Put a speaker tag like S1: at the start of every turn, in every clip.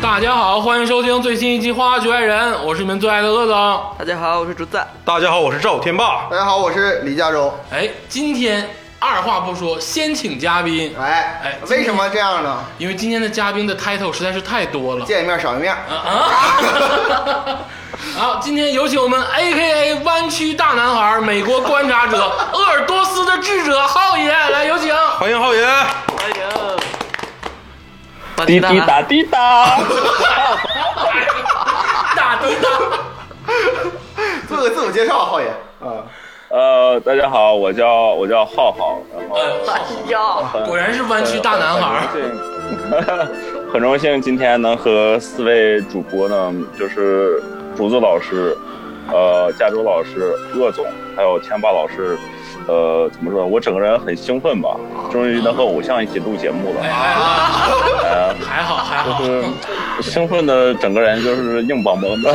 S1: 大家好，欢迎收听最新一期《花花局外人》，我是你们最爱的鄂总。
S2: 大家好，我是竹子。
S3: 大家好，我是赵天霸。
S4: 大家好，我是李佳柔。
S1: 哎，今天二话不说，先请嘉宾，哎
S4: 哎，
S1: 今天
S4: 为什么这样呢？
S1: 因为今天的嘉宾的 title 实在是太多了。
S4: 见一面少一面。
S1: 啊！好，今天有请我们 A K A 湾区大男孩、美国观察者、鄂尔多斯的智者浩爷，来有请。
S3: 欢迎浩爷，
S2: 哎呦，我
S5: 滴
S2: 知道
S5: 滴
S2: 了，
S5: 答滴答，
S1: 大滴答。
S4: 做个自我介绍，浩爷。啊，
S5: 呃，大家好，我叫我叫浩浩，然后
S2: 哎呀，
S5: 很
S1: 果然是湾区大男孩儿。
S5: 很荣幸 很荣幸今天能和四位主播呢，就是竹子老师，呃，加州老师，鄂总，还有天霸老师，呃，怎么说？我整个人很兴奋吧，终于能和偶像一起录节目
S1: 哎
S5: 了，
S1: 哎哎
S5: 呃，
S1: 还好还好。
S5: 就是兴奋的整个人就是硬邦邦的。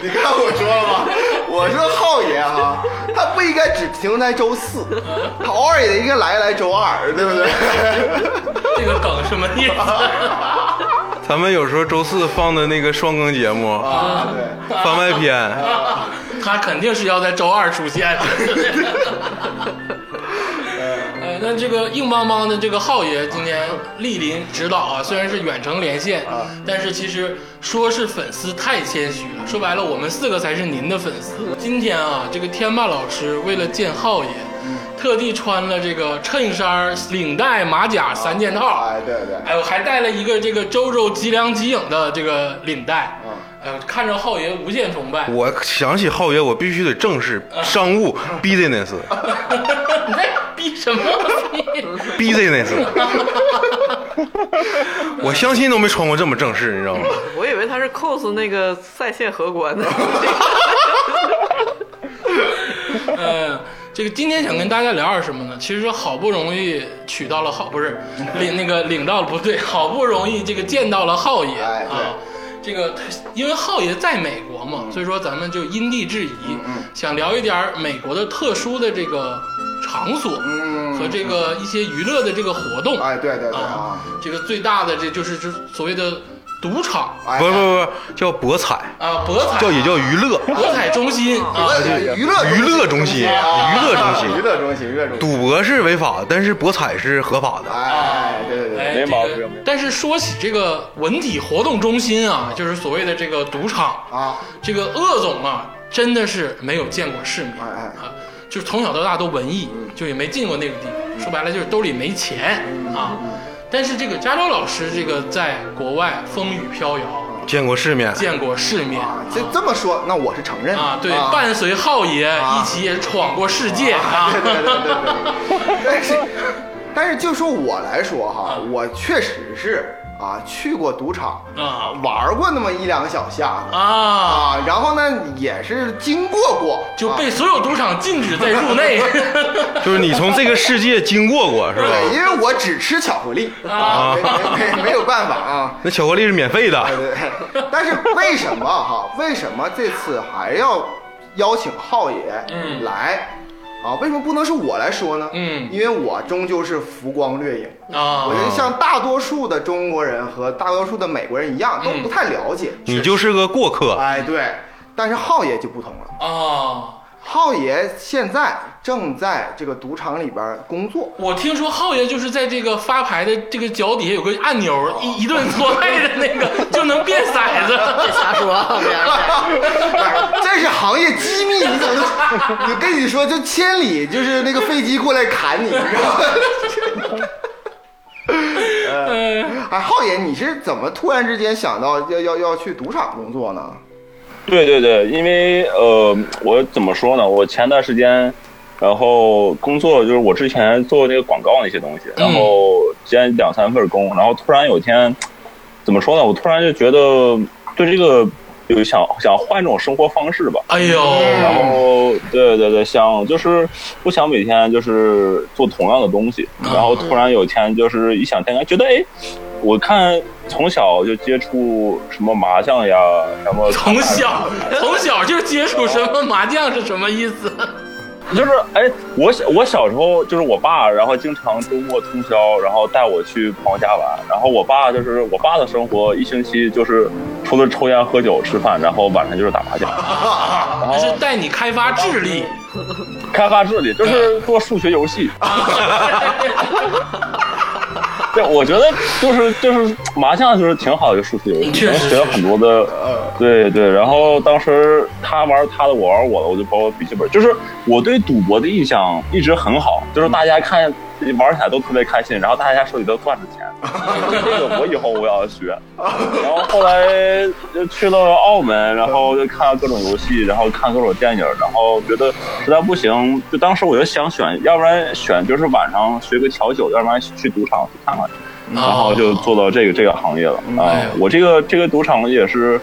S4: 你看我说 了吧，我说浩爷哈，他不应该只停在周四，
S1: 嗯
S4: 他偶尔也应该来一来周二，对不 对？
S1: 这个梗什么意思？
S3: 咱们有时候周四放的那个双更节目
S4: 啊，对。
S3: 番外篇，
S1: 他肯定是要在周二出现的。呃，那这个硬邦邦的这个浩爷今天莅临指导啊，虽然是远程连线，但是其实说是粉丝太谦虚了。说白了，我们四个才是您的粉丝。今天啊，这个天霸老师为了见浩爷，特地穿了这个衬衫、领带、马甲三件套。
S4: 哎，对对。
S1: 哎，我还带了一个这个周周吉良吉影的这个领带，呃，看着浩爷无限崇拜。
S3: 我想起浩爷，我必须得正视
S4: 啊
S3: 商务 business
S1: 你在逼什么逼？
S3: business。我相亲都没穿过这么正式，你知道吗？
S2: 我以为他是 cos 那个在线荷官 呢。
S1: 呃，这个今天想跟大家聊点什么呢？其实好不容易娶到了浩，不是领那个领到了不对，好不容易这个见到了浩爷、
S4: 哎对嗯
S1: 啊。这个他因为浩爷在美国嘛，所以说咱们就因地制宜，想聊一点儿美国的特殊的这个场所、
S4: 嗯
S1: 和这个一些娱乐的这个活动。
S4: 哎，对对
S1: 啊
S4: 对啊。，
S1: 这个最大的这就是这所谓的赌场
S4: 哎
S3: 不不不，叫博彩，
S1: 啊，博彩
S3: 叫也叫娱乐，
S1: 博彩中 心啊，
S4: 哎娱乐
S3: 娱乐中心，
S4: 啊
S3: 娱乐中
S4: 娱
S3: 心。
S4: 乐中心，娱乐中心。
S3: 赌博是违法，但是博彩是合法的。
S4: 哎，对对对。
S1: 哎，
S5: 没毛病
S1: 这个但是说起这个文体活动中心啊，就是所谓的这个赌场，
S4: 啊，
S1: 这个鄂总啊，真的是没有见过世面
S4: 哎哎
S1: 啊，就是从小到大都文艺，就也没进过那个地方。说白了就是兜里没钱啊。但是这个加州老师，这个在国外风雨飘摇，
S3: 见过世面，
S1: 见过世面。
S4: 啊这这么说，那我是承认的
S1: 啊，对，伴随浩爷
S4: 啊
S1: 一起也闯过世界啊
S4: 对对对对对。但是，但是就说我来说哈，我确实是啊，去过赌场，
S1: 啊
S4: 玩过那么一两个小下子
S1: 啊，
S4: 啊，然后呢也是经过过，
S1: 就
S4: 啊
S1: 被所有赌场禁止在入内
S3: 就是你从这个世界经过过，是吧？
S4: 对，因为我只吃巧克力啊，没没没有办法啊。
S3: 那巧克力是免费的。
S4: 对 对，但是为什么哈？为什么这次还要邀请浩爷
S1: 嗯
S4: 来？啊，为什么不能是我来说呢？
S1: 嗯
S4: 因为我终究是浮光掠影，我
S1: 啊。
S4: 就像大多数的中国人和大多数的美国人一样，都不太了解。
S3: 你就是个过客，
S4: 哎，对，但是浩爷就不同了，
S1: 啊，
S4: 浩爷现在正在这个赌场里边工作。
S1: 我听说浩爷就是在这个发牌的这个脚底下有个按钮，一一顿搓背的那个就能变骰子。
S2: 瞎说，我跟你
S4: 这哎是行业机密，你怎么能？你跟你说，就千里就是那个飞机过来砍你，你知道吗？ 呃，哎，浩爷，你是怎么突然之间想到要要要去赌场工作呢？
S5: 对对对，因为呃，我怎么说呢？我前段时间，然后工作就是我之前做那个广告那些东西，然后兼两三份工，然后突然有一天，怎么说呢？我突然就觉得对这个有想想换一种生活方式吧。
S1: 哎呦，
S5: 然后，对对对，想就是不想每天就是做同样的东西，然后突然有一天就是一想天开，觉得哎，我看从小就接触什么麻将呀，什么
S1: 从小从小就接触什么麻将是什么意思？
S5: 就是哎，我小我小时候就是我爸，然后经常周末通宵，然后带我去朋友家玩。然后我爸就是我爸的生活，一星期就是除了抽烟、喝酒、吃饭，然后晚上就是打麻将，
S1: 那
S5: 哦
S1: 是带你开发智力，
S5: 开发智力，就是做数学游 戏。对，我觉得就是就是麻将就是挺好的一个数学游戏，
S1: 确
S5: 能
S1: 实
S5: 学到很多的。对对，然后当时他玩他的，我玩我的，我就包括笔记本。就是我对赌博的印象一直很好，就是大家看玩起来都特别开心，然后大家手里都攥着 钱。这个我以后我也要学。然后后来就去到澳门，然后就看各种游戏，然后看各种电影，然后觉得实在不行，就当时我就想选，要不然选就是晚上学个调酒，要不然去赌场去看看去。然
S1: 啊
S5: 后哦就做到这个这个行业了啊、
S1: 哎呦
S5: 我这个这个赌场也是，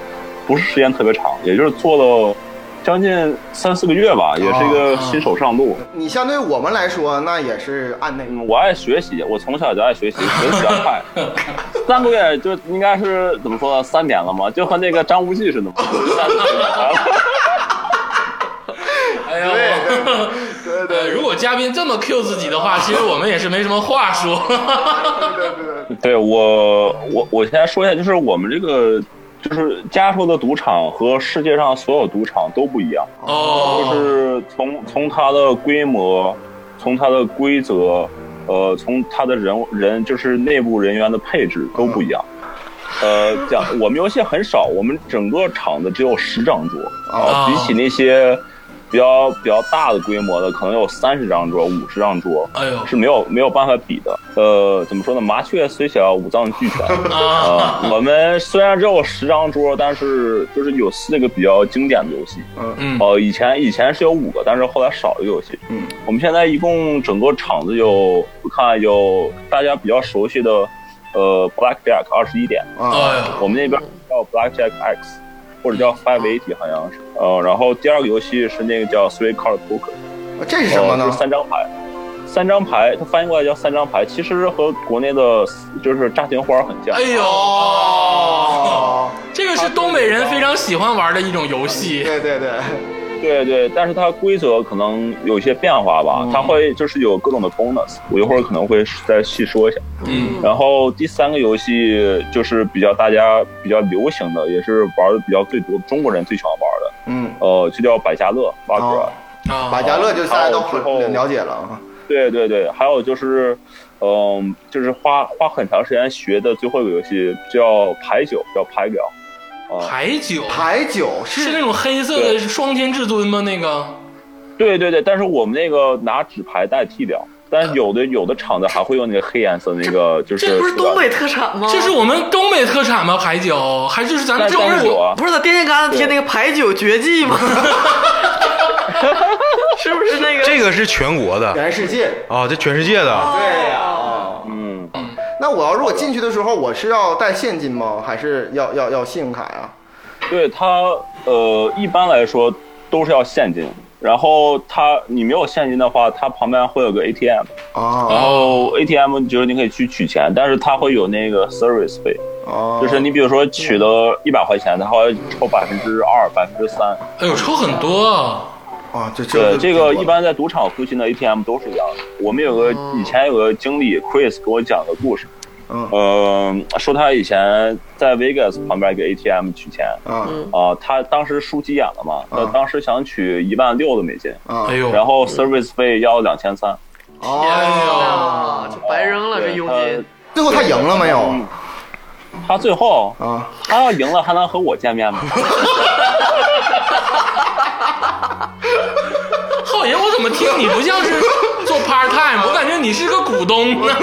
S5: 不是时间特别长，也就是做了将近三四个月吧，也是一个新手上路。
S4: 你相对我们来说，那也是案内。
S5: 嗯，我爱学习，我从小就爱学习，学的比较快。三个月就应该是怎么说呢？三年了嘛，就和那个张无忌似的嘛。三年了
S1: 哎呀，我
S4: 对
S1: 呃，如果嘉宾这么 Q 自己的话，其实我们也是没什么话说。
S4: 对对对，
S5: 对我，我我先说一下，就是我们这个，就是加州的赌场和世界上所有赌场都不一样。就
S1: 哦，
S5: 是从从它的规模，从它的规则，呃，从它的人人就是内部人员的配置都不一样。
S1: 嗯
S5: 呃，讲我们游戏很少，我们整个场子只有十张桌
S1: 哦
S5: 啊，比起那些比较比较大的规模的，可能有三十张桌、五十张桌，
S1: 哎呦
S5: 是没有没有办法比的。呃，怎么说呢？麻雀虽小，五脏俱全。
S1: 啊，
S5: 啊，我们虽然只有十张桌，但是就是有四个比较经典的游戏。
S1: 嗯
S5: 哦，以前以前是有五个，但是后来少了一个游戏。
S4: 嗯，
S5: 我们现在一共整个场子有，我看有大家比较熟悉的，呃，Blackjack 二十一点，
S1: 哎
S4: 啊，
S1: 呦，
S5: 我们那边叫 Blackjack X，或者叫 Five Eighty 好像是。呃，然后第二个游戏是那个叫 Three Card Poker，
S4: 这是什么
S5: 呃就
S4: 呢
S5: 是？三张牌。三张牌，它翻译过来叫三张牌，其实和国内的就是炸金花很像。
S1: 哎呦，
S4: 哦，
S1: 这个是东北人非常喜欢玩的一种游戏。
S4: 对对对，
S5: 对对，但是它规则可能有一些变化吧，
S4: 嗯
S5: 它会就是有各种的 bonus，我一会儿可能会再细说一下。
S1: 嗯，
S5: 然后第三个游戏就是比较大家比较流行的，也是玩的比较最多，中国人最喜欢玩的，
S4: 嗯，
S5: 呃，就叫百家乐八哥。
S4: 哦
S1: 啊
S4: 百，家乐就大家都
S5: 还有之后
S4: 很了解了啊。
S5: 对对对，还有就是，嗯、就是花花很长时间学的最后一个游戏叫牌九，叫牌表。
S1: 牌九
S4: 牌九
S1: 是那
S4: 是
S1: 种黑色的双天至尊吗？那个
S5: 对对对，但是我们那个拿纸牌代替掉，但是有的有的厂子还会用那个黑颜色那个，就是
S1: 这
S2: 不是东北特产吗？
S1: 这是我们东北特产吗？牌九还是咱们
S5: 但
S1: 中
S5: 但是有
S1: 国？
S5: 啊，
S2: 不是在电线杆子贴那个牌九绝技吗？是不是那个？
S3: 这个是全国的
S4: 全世界。
S3: 啊，这全世界的，
S4: 对呀、哦
S5: 嗯，
S4: 那我要如果进去的时候，我是要带现金吗？还是要要要信用卡呀、
S5: 对它呃，一般来说都是要现金。然后它你没有现金的话，它旁边会有个 ATM，然
S4: 哦
S5: 后 ATM 就是你可以去取钱，但是它会有那个 service 费，
S4: 哦，
S5: 就是你比如说取了一百块钱，它会抽百分之二、百分之三。
S1: 哎呦，抽很多啊。
S4: 啊，就这
S5: 对，这个一般在赌场附近的 ATM 都是一样的。我们有个以前有个经理 Chris 给我讲个故事，
S4: 嗯
S5: 呃，说他以前在 Vegas 旁边一个 ATM 取钱，
S4: 啊
S5: 啊、他当时输急眼了嘛，他
S4: 嗯
S5: 当时想取一万六的美金，
S4: 啊
S1: 哎，呦，
S5: 然后 service 费要两千三，
S4: 哦，
S2: 啊，这白扔了这
S5: 对
S2: 佣
S5: 他
S2: 金。
S4: 最后他赢了没有？
S5: 嗯他最后
S4: 啊，
S5: 他要赢了还能和我见面吗？
S1: 浩哎爷，我怎么听你不像是做 part time？我感觉你是个股东呢。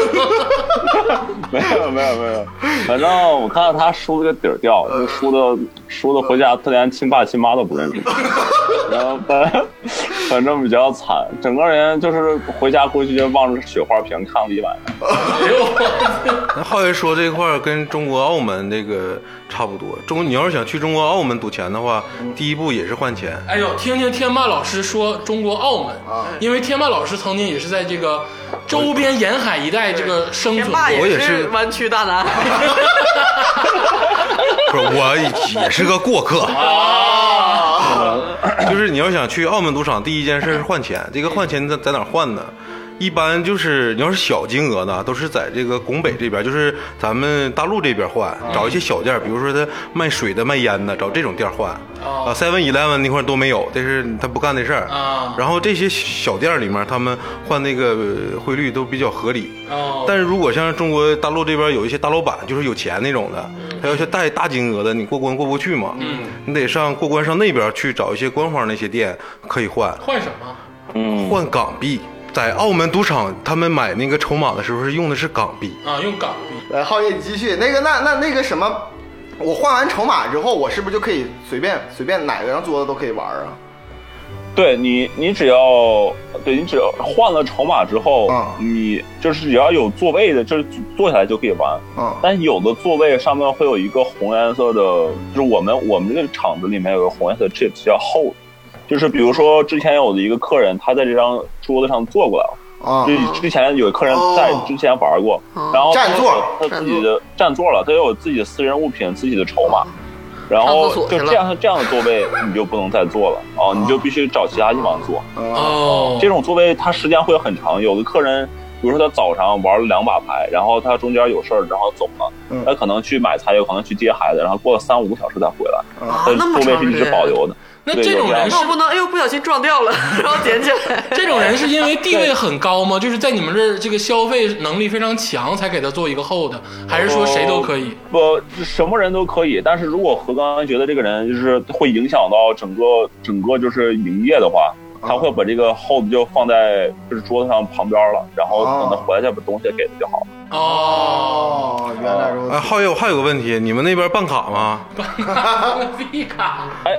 S5: 没有没有没有，反正我看到他输了个底儿掉，就输的输的回家他连亲爸亲妈都不认识，然后反反正比较惨，整个人就是回家估计就望着雪花屏看了一晚上。
S1: 哎呦，我
S3: 那浩爷说这块儿跟中国澳门那个差不多。中你要是想去中国澳门赌钱的话，第一步也是换钱。
S1: 哎呦，听听天霸老师说中国澳门
S4: 啊，
S1: 因为天霸老师曾经也是在这个周边沿海一带这个生存
S2: 天
S1: 过
S2: 霸
S3: 我
S2: 也
S3: 也是
S2: 湾区大男孩，
S3: 不是我也是个过客，
S1: 啊
S3: 就是你要想去澳门赌场，第一件事是换钱，这个换钱在在哪儿换呢？一般就是你要是小金额呢，都是在这个拱北这边，就是咱们大陆这边换，
S1: 嗯
S3: 找一些小店儿，比如说他卖水的、卖烟的，找这种店儿换。
S1: 哦
S3: 啊，Seven Eleven 那块儿都没有，但是他不干这事儿。
S1: 啊
S3: 然后这些小店儿里面，他们换那个呃汇率都比较合理。
S1: 哦，
S3: 但是如果像中国大陆这边有一些大老板，就是有钱那种的，他要去贷大金额的，你过关过不去嘛。
S1: 嗯，
S3: 你得上过关上那边去找一些官方那些店可以换，
S1: 换什么？
S5: 嗯，
S3: 换港币。在澳门赌场，他们买那个筹码的时候是用的是港币。
S1: 啊，用港币。
S4: 来，浩爷，你继续。那个，那那那个什么，我换完筹码之后，我是不是就可以随便随便哪个张桌子都可以玩啊？
S5: 对你，你只要对你只要换了筹码之后，
S4: 嗯
S5: 你就是只要有座位的，就是坐下来就可以玩。
S4: 嗯，
S5: 但有的座位上面会有一个红颜色的，就是我们我们这个场子里面有个红颜色的 chips 叫 hold，就是比如说之前有的一个客人，他在这张桌子上坐过来了，
S4: 啊、
S5: 就是之前有客人在
S4: 哦
S5: 之前玩过，然后他
S4: 占座
S5: 有他自己的占座了，他有自己的私人物品、自己的筹码，然
S2: 上厕
S5: 后
S2: 所去
S5: 就
S2: 了
S5: 这样这样的座位你就不能再坐了哦，你就必须找其他地方坐。
S4: 嗯
S1: 哦，
S5: 这种座位它时间会很长，有的客人。比如说他早上玩了两把牌，然后他中间有事儿，然后走了
S4: 嗯，
S5: 他可能去买菜，有可能去接孩子，然后过了三五个小时才回来，
S2: 啊
S5: 他，
S2: 那么
S5: 座位
S2: 长
S5: 是一
S2: 时
S5: 直
S2: 间，
S5: 保留的。
S1: 那
S5: 对
S1: 这种
S5: 有
S1: 人
S5: 样
S1: 是
S5: 的
S2: 那我不能，哎呦，不小心撞掉了，然后捡起来。
S1: 这种人是因为地位很高吗？就是在你们这儿这个消费能力非常强才给他做一个后的，还是说谁都可以？
S5: 不，什么人都可以，但是如果何刚觉得这个人就是会影响到整个整个就是营业的话，
S2: 嗯
S5: 他会把这个 hold 就放在就是桌子上旁边了，然后等
S2: 哦
S5: 他回来再把东西给他就好了。
S1: 哦，
S4: 哦，原来如
S3: 哎，
S4: 此。
S3: 浩爷，我还有个问题，你们那边办卡吗？
S1: 必 卡
S5: 哎，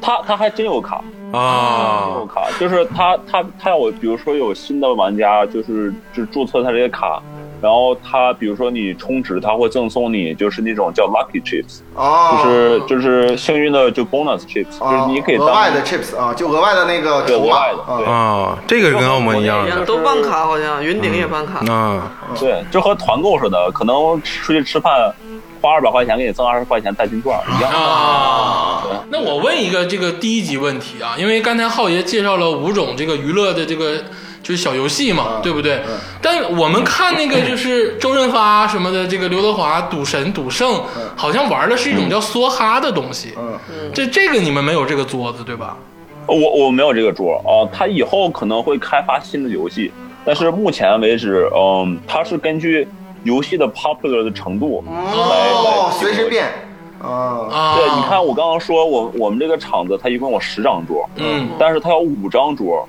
S5: 他他还真有卡，真有
S3: 啊，
S5: 卡，就是他他他有，比如说有新的玩家，就是就注册他这些卡，然后他比如说你充值，他会赠送你就是那种叫 lucky chips，
S4: 哦，
S5: 就是就是幸运的就 bonus chips，就是你可以
S4: 额外
S5: 当
S4: 的 chips 啊，就额外的那个
S5: 对
S4: 筹
S5: 额
S4: 码
S5: 外的对
S4: 啊
S3: 啊，这个跟澳门一样
S5: 我
S3: 的
S5: 也
S2: 都办卡好像，云顶也办卡。
S3: 啊，
S5: 对，就和团购似的，可能出去吃饭花二百块钱给你赠二十块钱代金券一样。
S1: 啊。那我问一个这个第一级问题啊，因为刚才浩爷介绍了五种这个娱乐的这个就是小游戏
S5: 嗯
S1: 嘛，对不对？但我们看那个就是周润发什么的，这个刘德华赌神赌圣，
S5: 嗯
S1: 好像玩的是一种叫梭哈的东西。
S4: 嗯
S1: 这这个你们没有这个桌子对吧？
S5: 我我没有这个桌啊、他以后可能会开发新的游戏，但是目前为止，嗯，它是根据游戏的 popular 的程度来来
S4: 哦，随时。变啊
S1: 啊，
S5: 对，你看我刚刚说，我我们这个厂子它一共有十张桌，
S1: 嗯
S5: 但是它有五张桌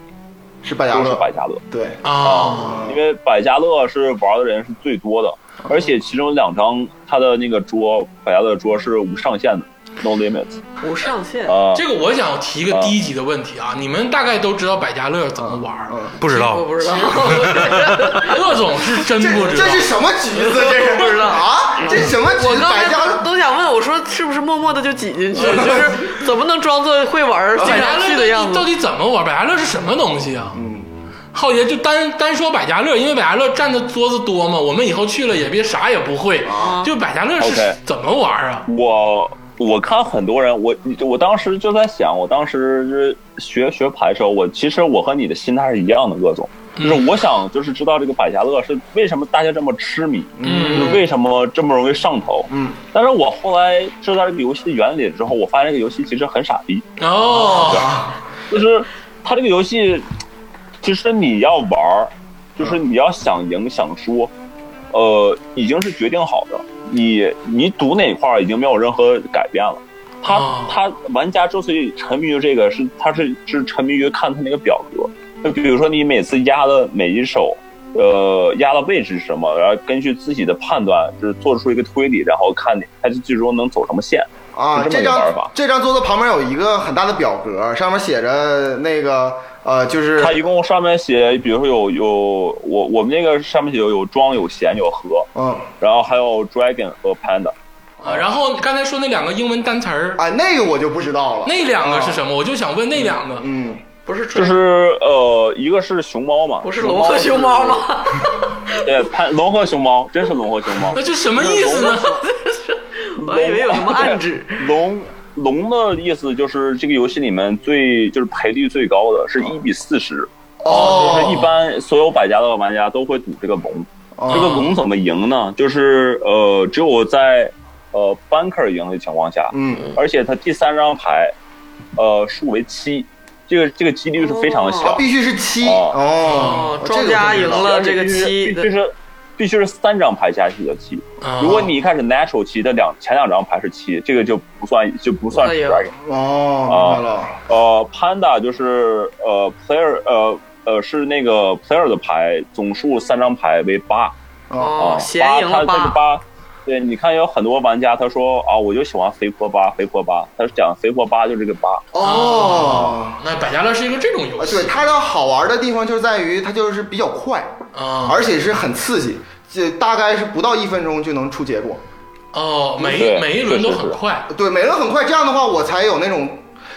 S4: 是百家
S5: 都是
S4: 乐，嗯
S5: 百家乐
S4: 对，
S1: 啊，
S5: 因为百家乐是玩的人是最多的，
S4: 嗯
S5: 而且其中两张它的那个桌，百家乐桌是无上限的，no limit
S2: 无上限，
S5: 啊、
S1: 这个我想提一个低级的问题啊，你们大概都知道百家乐怎么玩儿，
S3: 不知
S2: 我
S3: 道
S2: 不知道，
S1: 鄂总是真
S4: 这
S1: 不知道
S4: 这。是什么橘子？这是
S2: 不知道
S4: 啊？这是什么 橘
S2: 我
S4: 子？
S2: 刚
S4: 百家
S2: 才
S4: 乐
S2: 都想问，我说是不是默默的就挤进去，就是怎么能装作会玩儿经
S1: 百家
S2: 常去的
S1: 乐
S2: 样
S1: 到
S2: 子？
S1: 底怎么玩？百家乐是什么东西啊？嗯，浩爷就单单说百家乐，因为百家乐占的桌子多嘛，我们以后去了也别啥也不会。就百家乐是
S5: OK
S1: 怎么玩儿啊？
S5: 我我看很多人，我我当时就在想，我当时是学学牌的时候，我其实我和你的心态是一样的，各总，就是我想就是知道这个百家乐是为什么大家这么痴迷，
S1: 嗯
S5: 就是为什么这么容易上头，嗯，但是我后来知道这个游戏的原理之后，我发现这个游戏其实很傻逼，
S1: 哦，
S5: 就是它这个游戏，其实你要玩儿，就是你要想赢想输，呃，已经是决定好的。你你赌哪块儿已经没有任何改变了。他
S1: 哦
S5: 他玩家之所以沉迷于这个，是他是是沉迷于看他那个表格。就比如说你每次压的每一手，呃，压的位置是什么，然后根据自己的判断，就是做出一个推理，然后看你他最终能走什么线。
S4: 啊，
S5: 就
S4: 这
S5: 这么个
S4: 张
S5: 玩法
S4: 这张桌子旁边有一个很大的表格，上面写着那个呃，就是
S5: 它一共上面写，比如说有有我我们那个上面写有有庄有闲有和，
S4: 嗯
S5: 然后还有 dragon 和 panda。
S1: 啊然后刚才说那两个英文单词儿，
S4: 啊，那个我就不知道了。
S1: 那两个是什么？我就想问那两个。
S4: 嗯，
S2: 不是
S5: 就
S2: 纯，
S5: 是呃，一个是熊猫嘛，
S2: 不是龙和熊猫吗？
S5: 对，潘龙和熊猫，真是龙和熊猫
S1: 那。这什么意思呢？
S2: 我还以为有什么暗指。
S5: 龙龙的意思就是这个游戏里面最就是赔率最高的是一比四十、啊
S4: 哦，
S5: 就是一般所有百家乐玩家都会赌这个龙。
S4: 哦
S5: 这个龙怎么赢呢？就是呃，只有在呃 banker 赢的情况下，
S4: 嗯，
S5: 而且他第三张牌，呃，数为七，这个这个几率是非常的
S4: 啊
S5: 小，
S4: 必须是七
S5: 哦
S4: 哦
S1: 哦，
S4: 这个
S2: 庄家
S4: 我知道
S2: 赢了
S5: 而且
S2: 这个
S5: 必须是
S2: 七哦
S5: 必须是必须是三张牌加起的七。
S1: 啊
S5: 如果你一开始 natural 七的两前两张牌是七，这个就不算就不算
S2: 不算
S5: 是
S2: 赢
S5: dragon。
S4: 哦，明白了，
S5: 呃，panda 就是呃 player 呃呃是那个 player 的牌总数三张牌为八
S2: 哦
S5: 啊，，
S2: 闲
S5: 八
S2: 赢
S5: 他
S2: 了
S5: 这个
S2: 八，
S5: 八。对，你看有很多玩家他说啊，我就喜欢肥婆八，肥婆八，他讲肥婆八就是这个八，
S4: 哦。
S1: 啊那百家乐是一个这种游
S4: 啊，
S1: 戏
S4: 对，它的好玩的地方就在于它就是比较快，
S2: 嗯
S1: 啊，
S4: 而且是很刺激，这大概是不到一分钟就能出结果。
S1: 哦，每一
S5: 对
S1: 每一轮都
S5: 是是
S1: 很
S5: 是
S1: 快，
S4: 对，每轮很快，这样的话我才有那种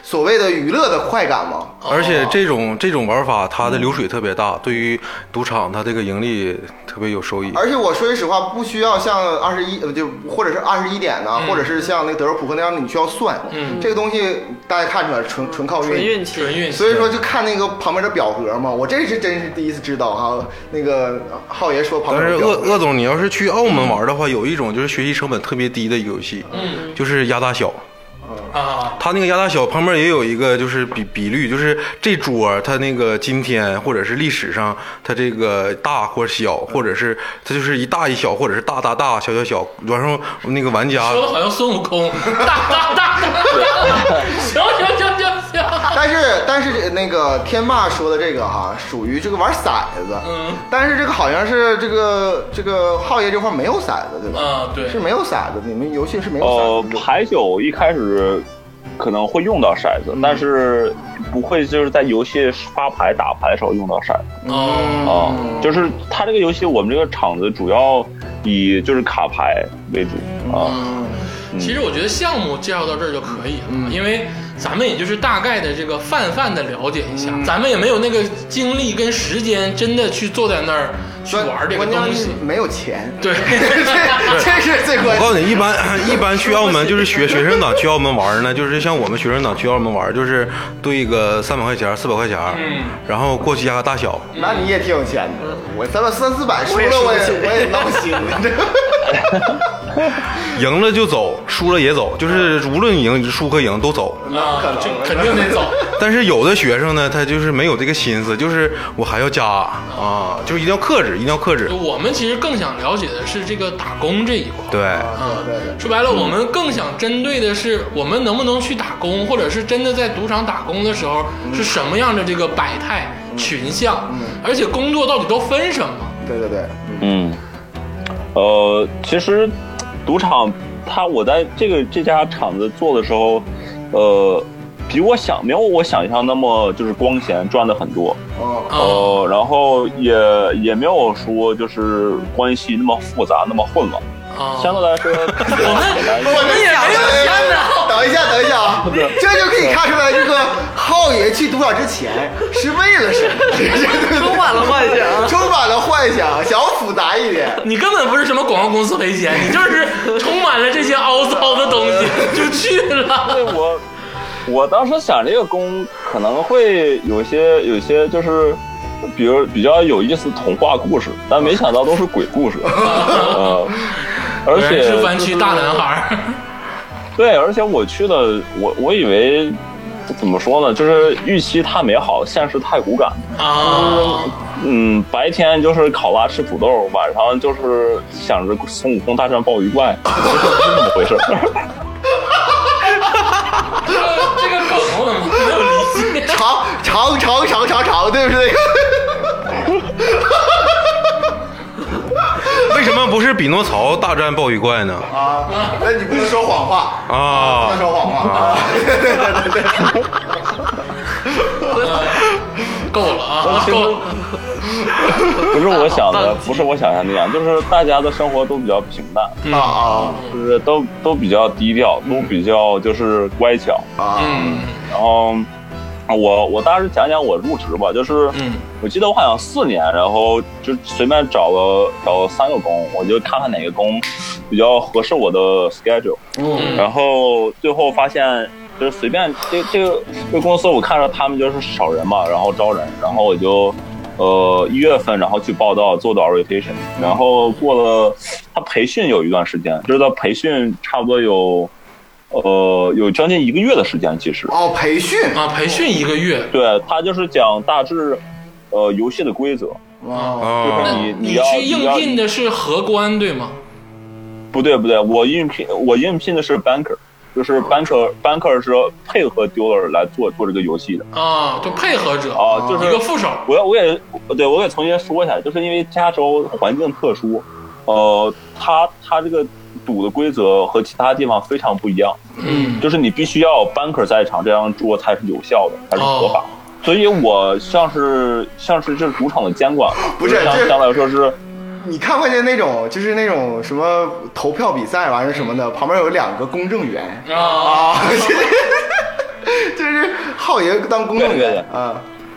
S4: 所谓的娱乐的快感嘛。
S3: 而且这种这种玩法，它的流水特别大，对于赌场它这个盈利特别有收益。
S4: 而且我说句实话，不需要像二十一，呃，就或者是二十一点呐、
S2: 嗯
S4: 或者是像那个德州扑克那样的，你需要算。
S1: 嗯
S4: 这个东西大家看出来，纯纯靠
S2: 纯运气。
S1: 纯运气
S4: 所以说就看那个旁边的表格嘛，我这是真是第一次知道哈。那个浩爷说旁
S3: 但
S4: 边
S3: 是
S4: 有
S3: 鄂
S4: 表格，
S3: 鄂总，你要是去澳门玩的话，有一种就是学习成本特别低的游戏，嗯，就是压大小。
S1: 啊，
S3: 它那个压大小旁边也有一个就是比比率，就是这桌儿它那个今天或者是历史上它这个大或小，或者是它就是一大一小，或者是大大大小小小，然后那个玩家
S1: 说的好像孙悟空，大大大大， 行行行行行，
S4: 但是但是那个天霸说的这个哈，属于这个玩骰子。
S1: 嗯，
S4: 但是这个好像是这个这个浩爷这块没有骰子对吧？
S1: 啊，对
S4: 是，没有骰子，你们游戏是没有
S5: 呃
S4: 骰，子的。
S5: 牌九一开始可能会用到骰子，但是不会就是在游戏发牌打牌的时候用到骰子
S1: 哦，
S5: 啊。
S2: 嗯
S5: 就是它这个游戏，我们这个场子主要以就是卡牌为主
S2: 嗯
S5: 啊。
S1: 其实我觉得项目介绍到这儿就可以
S5: 嗯
S1: 了，因为咱们也就是大概的这个泛泛的了解一下，
S5: 嗯
S1: 咱们也没有那个精力跟时间真的去坐在那儿去
S4: 关
S1: 玩这个
S4: 关键
S1: 东
S4: 是
S1: 西。
S4: 没有钱，
S1: 对，啊
S4: 这这是最关
S3: 我告
S4: 键。
S3: 诉你，一般一般去澳门就是学学生党去澳门玩呢，就是像我们学生党去澳门玩，就是兑个三百块钱、四百块钱，
S1: 嗯，
S3: 然后过去压个大小。
S4: 那你也挺有钱的，我咱们三四百输
S2: 我也
S4: 了，我也
S2: 输不起
S4: 我也闹心了。这
S3: 赢了就走，输了也走，就是无论赢输和赢都走。
S1: 啊
S4: 可能，
S1: 这肯定得走。
S3: 但是有的学生呢，他就是没有这个心思，就是我还要加啊，就是一定要克制，一定要克制。
S1: 我们其实更想了解的是这个打工这一块。
S3: 对，
S4: 啊对对
S1: 说白了，我们更想针对的是，我们能不能去打工，或者是真的在赌场打工的时候
S4: 嗯
S1: 是什么样的这个百态群像，而且工作到底都分什么？
S4: 对对对，嗯
S5: 嗯，呃，其实赌场它我在这个这家厂子做的时候，呃，比我想没有我想象那么就是光鲜，赚的很多。
S4: 哦
S1: 哦，
S5: 呃，然后也也没有说就是关系那么复杂，那么混乱。
S1: 啊
S5: 相对来说，我
S4: 我
S2: 们也没有钱呢
S4: 等一下，等一下啊，这就可以看出来，这个浩爷去赌场之前是为了什么？
S2: 充满了幻 想。
S4: 充满了幻想，想要复杂一点。
S1: 你根本不是什么广告公司赔钱，你就是充满了这些凹糟的东西就去了。
S5: 对我，我当时想这个工可能会有些有些就是，比如比较有意思童话故事，但没想到都是鬼故事，呃，而
S1: 果然
S5: 且
S1: 是湾区大男
S5: 孩。
S1: 孩
S5: 对，而且我去的，我我以为怎么说呢，就是预期太美好，现实太骨感。
S1: 儿啊，
S5: 嗯，白天就是考拉吃土豆，晚上就是想着孙悟空大战鲍鱼怪， 就是这么回事。
S1: 这个这个梗我怎么没有理解？
S4: 长长长长长长，对不对？
S3: 为什么不是匹诺曹大战鲍鱼怪呢？
S4: 啊，那你不能说谎话，不能
S3: 啊，
S4: 说谎话啊！对对对对对，
S1: 够了啊，够了。
S5: 不是我想的
S2: 当，机
S5: 不是我想象那样，就是大家的生活都比较平淡，
S4: 啊啊
S5: 就是都都比较低调，都比较就是乖巧，
S4: 啊！
S1: 嗯，
S5: 然后啊我我大致讲讲我入职吧，就是
S1: 嗯
S5: 我记得我好像四年，然后就随便找了找了三个工，我就看看哪个工比较合适我的 schedule，
S4: 嗯
S5: 然后最后发现就是随便这这个这个公司我看着他们就是少人嘛，然后招人，然后我就呃一月份然后去报道做到 orientation，然后过了他培训有一段时间，就是他培训差不多有呃有将近一个月的时间，其实
S4: 哦，培训
S1: 啊，培训一个月，
S5: 对他就是讲大致呃游戏的规则，
S4: 哦，
S5: 就
S1: 那
S5: 是
S3: 啊，
S5: 你
S1: 你
S5: 要
S1: 去
S5: 你
S1: 应
S5: 要
S1: 聘的是荷官对吗？
S5: 不对不对，我应聘我应聘的是 banker，就是 banker banker 是配合 dealer 来做做这个游戏的
S1: 啊，就配合者，
S5: 啊，就
S1: 一个
S5: 是
S1: 副手。
S5: 我要我也对我也重新说一下，就是因为加州环境特殊，呃，它它这个赌的规则和其他地方非常不一样，
S1: 嗯，
S5: 就是你必须要 banker 在场，这张桌才是有效的，才是合法
S1: 哦。
S5: 所以我像是像是就是赌场的监管，
S4: 不是
S5: 就相
S4: 这
S5: 相对来说是。
S4: 你看没见那种就是那种什么投票比赛玩意儿什么的，旁边有两个公证员
S1: 啊，
S4: 啊，就是浩爷当公证
S5: 对对
S4: 员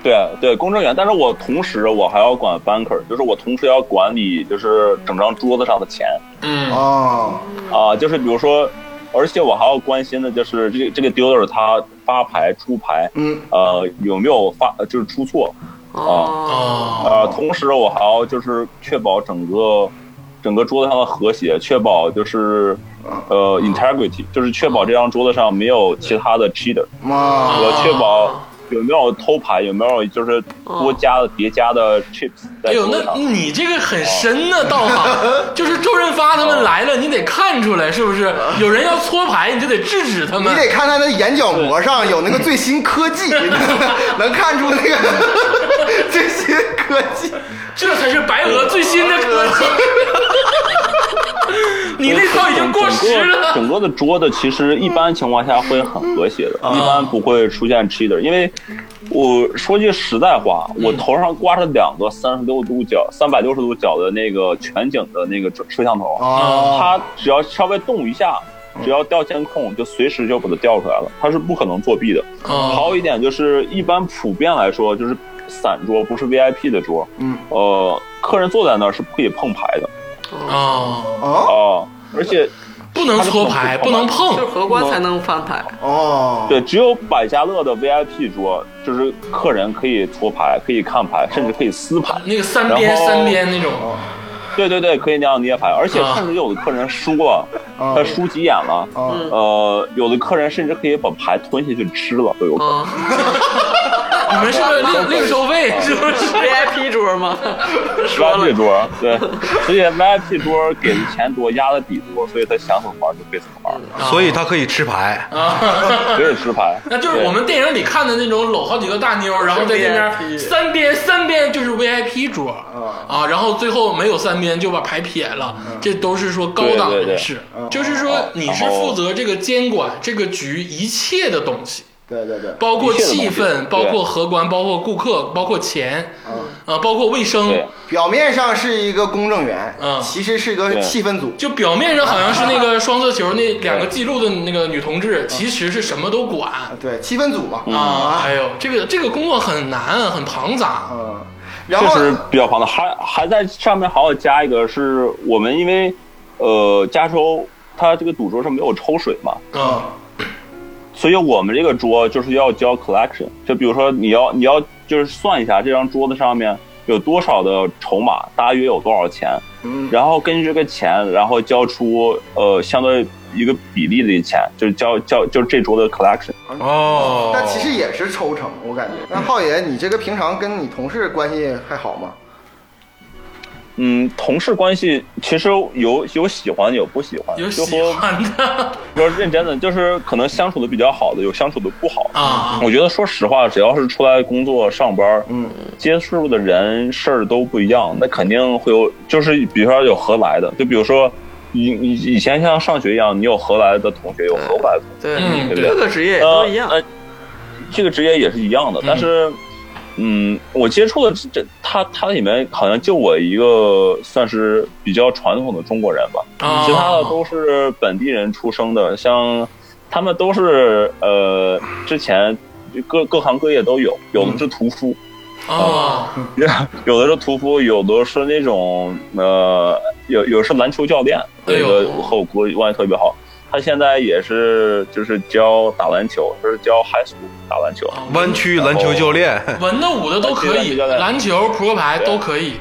S5: 对
S4: 啊，
S5: 对对，公证员，但是我同时我还要管 banker，就是我同时要管理就是整张桌子上的钱
S1: 嗯，
S4: 哦，
S5: 啊、就是比如说，而且我还要关心的就是这个这个 dealer 他发牌出牌，
S4: 嗯，
S5: 呃有没有发呃就是出错
S2: 哦，
S1: 哦，
S5: 啊、呃同时我还要就是确保整个整个桌子上的和谐，确保就是呃 integrity，就是确保这张桌子上没有其他的 cheater。
S4: 妈，
S5: 我确保有没有偷牌，有没有就是多加的叠加的 chips 在
S1: 哦哎
S5: 哦
S1: 呦，
S5: 桌
S1: 那
S5: 子上。
S1: 你这个很深呐，道行， 就是周润发他
S5: 哦
S1: 们来了，你得看出来是不是？有人要搓牌，你就得制止他
S4: 你
S1: 们。
S4: 得看他的眼角膜上有那个最新科技，能看出那个最新科技。
S1: 这才是白俄最新的
S5: 哦
S1: 科技。 你那套已经过时了。哦
S5: 整个整个的桌子其实一般情况下会很和谐的，
S1: 嗯
S5: 一般不会出现 cheater。因为我说句实在话，
S1: 嗯
S5: 我头上挂着两个三十六度角、三百六十度角的那个全景的那个摄像头，
S4: 哦，
S5: 它只要稍微动一下，只要调监控，就随时就把它调出来了，它是不可能作弊的。还
S1: 哦，
S5: 有一点就是，一般普遍来说，就是散桌不是 VIP 的桌，
S4: 嗯，
S5: 呃，客人坐在那儿是不可以碰牌的
S1: 哦，
S4: 哦
S5: 啊、而且
S1: 不能搓牌，不能
S2: 哦就是
S1: 碰。
S2: 荷官才能翻牌，
S4: 哦，
S5: 对，只有百家乐的 VIP 桌，就是客人可以搓牌，可以看牌，甚至可以撕牌。
S1: 那个三边
S5: 然后哦
S1: 三边那种，
S5: 对对对，可以那样捏牌。而且
S1: 啊
S5: 甚至有的客人输了，
S4: 啊
S5: 他输急眼了，
S4: 哦，
S1: 嗯
S5: 呃，有的客人甚至可以把牌吞下去吃了都有可能。
S1: 哦
S2: 嗯
S1: 你们是不
S5: 哦
S1: 是另另收费？是不是？
S2: ，VIP 桌吗？说
S5: VIP
S2: 了，
S5: 桌，对，所以 VIP 桌给的钱多，压的底多，所以他想怎么玩就可以怎么玩，
S3: 所以他可以吃牌，
S5: 可以吃牌。
S1: 嗯啊 那就是
S5: 对
S1: 我们电影里看的那种搂好几个大妞，然后在那边
S2: VIP
S1: 三边三边就是 VIP 桌啊，嗯然后最后没有三边就把牌撇了，这都是说高档人士
S4: 对对对，
S1: 就是说你是负责这个监管这个局一切的东西。
S4: 对对对，
S1: 包括气
S5: 一切的
S1: 氛，
S5: 东西
S1: 包括荷官，包括顾客，包括钱，啊，包括卫生
S5: 对，
S4: 表面上是一个公证员，
S1: 嗯
S4: 其实是个
S5: 对
S4: 气氛组。
S1: 就表面上好像是那个双色球那两个记录的那个女同志，其实是什么都 管
S4: 对，气氛组嘛，
S1: 啊！哎呦，这个这个工作很难，很庞杂。
S4: 嗯，然
S5: 这
S4: 后
S5: 是比较庞的，还还在上面还要加一个，是我们因为呃加州它这个赌桌是没有抽水嘛，
S1: 嗯
S5: 所以我们这个桌就是要交 collection，就比如说你要你要就是算一下这张桌子上面有多少的筹码，大约有多少钱，
S4: 嗯
S5: 然后根据这个钱，然后交出呃相对一个比例的钱，就是交交就是这桌的 collection。
S3: 哦，
S4: 但其实也是抽成，我感觉。那浩爷，你这个平常跟你同事关系还好吗？
S5: 嗯，同事关系其实有有喜欢有不喜欢，
S1: 有
S5: 就
S1: 喜
S5: 和
S1: 欢的
S5: 要是认真的，就是可能相处的比较好的，有相处的不好的。
S1: 啊，
S5: 我觉得说实话，只要是出来工作上班，嗯，接触的人事儿都不一样，那肯定会有，就是比如说有合来的，就比如说以以以前像上学一样，你有合来的同学，有合不来的同
S2: 对，
S5: 学，
S1: 嗯
S5: 对不对
S2: 各个职业也都一样
S5: 呃。，呃这个职业也是一样的，但是，嗯，我接触的这这他他里面好像就我一个算是比较传统的中国人吧，
S1: 啊
S5: 其他的都是本地人出生的，像他们都是呃之前就各各行各业都有，有的是屠夫，
S1: 啊，
S5: 有的是屠夫，有的是那种呃，有有是篮球教练，
S1: 哎
S5: 有一
S1: 呦
S5: 个和我国关系特别好，他现在也是就是教打篮球，就是教 high school 打篮球。
S3: 湾区篮球教练，
S1: 文的武的都可以，
S5: 对
S1: 篮球、扑克牌都可以。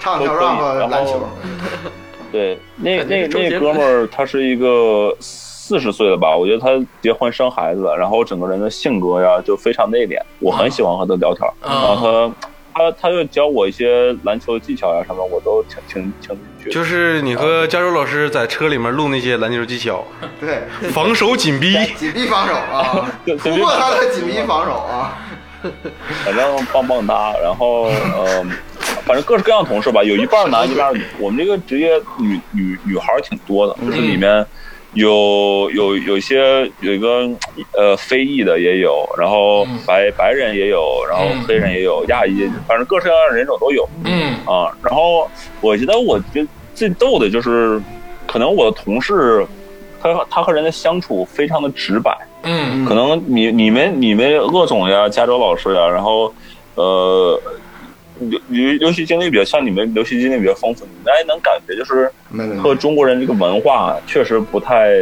S4: 唱跳
S5: 都可以
S4: rap
S5: 然后
S4: 篮球，
S5: 对，那
S2: 感觉
S5: 那
S2: 是周杰
S5: 那
S2: 伦
S5: 哥们儿他是一个四十岁了吧？我觉得他结婚生孩子了，然后整个人的性格呀就非常内敛，我
S2: 啊
S5: 很喜欢和他聊天儿。然
S1: 啊
S5: 后他他他就教我一些篮球技巧呀什么，我都挺挺挺进去的。
S3: 就是你和加州老师在车里面录那些篮球技巧，
S4: 对，
S3: 防守紧逼，
S4: 紧逼防守啊，
S5: 对
S4: 突破他的紧逼防守啊，
S5: 反正棒棒哒，然后呃，反正各式各样的同事吧，有一半男，一半女。我们这个职业女女女孩儿挺多的，就是里面有有有一些有一个呃非裔的也有，然后
S1: 嗯
S5: 白白人也有，然后
S1: 嗯
S5: 黑人也有，亚裔，反正各式各样的人种都有
S1: 嗯
S5: 啊。然后我觉得我觉得最逗的就是，可能我的同事。他他和人的相处非常的直白，
S1: 嗯
S5: 可能你你们你们鄂总呀、加州老师呀，然后呃，游游游戏经历比较像你们游戏经历比较丰富，你们还能感觉就是
S4: 没没没，
S5: 和中国人这个文化确实不太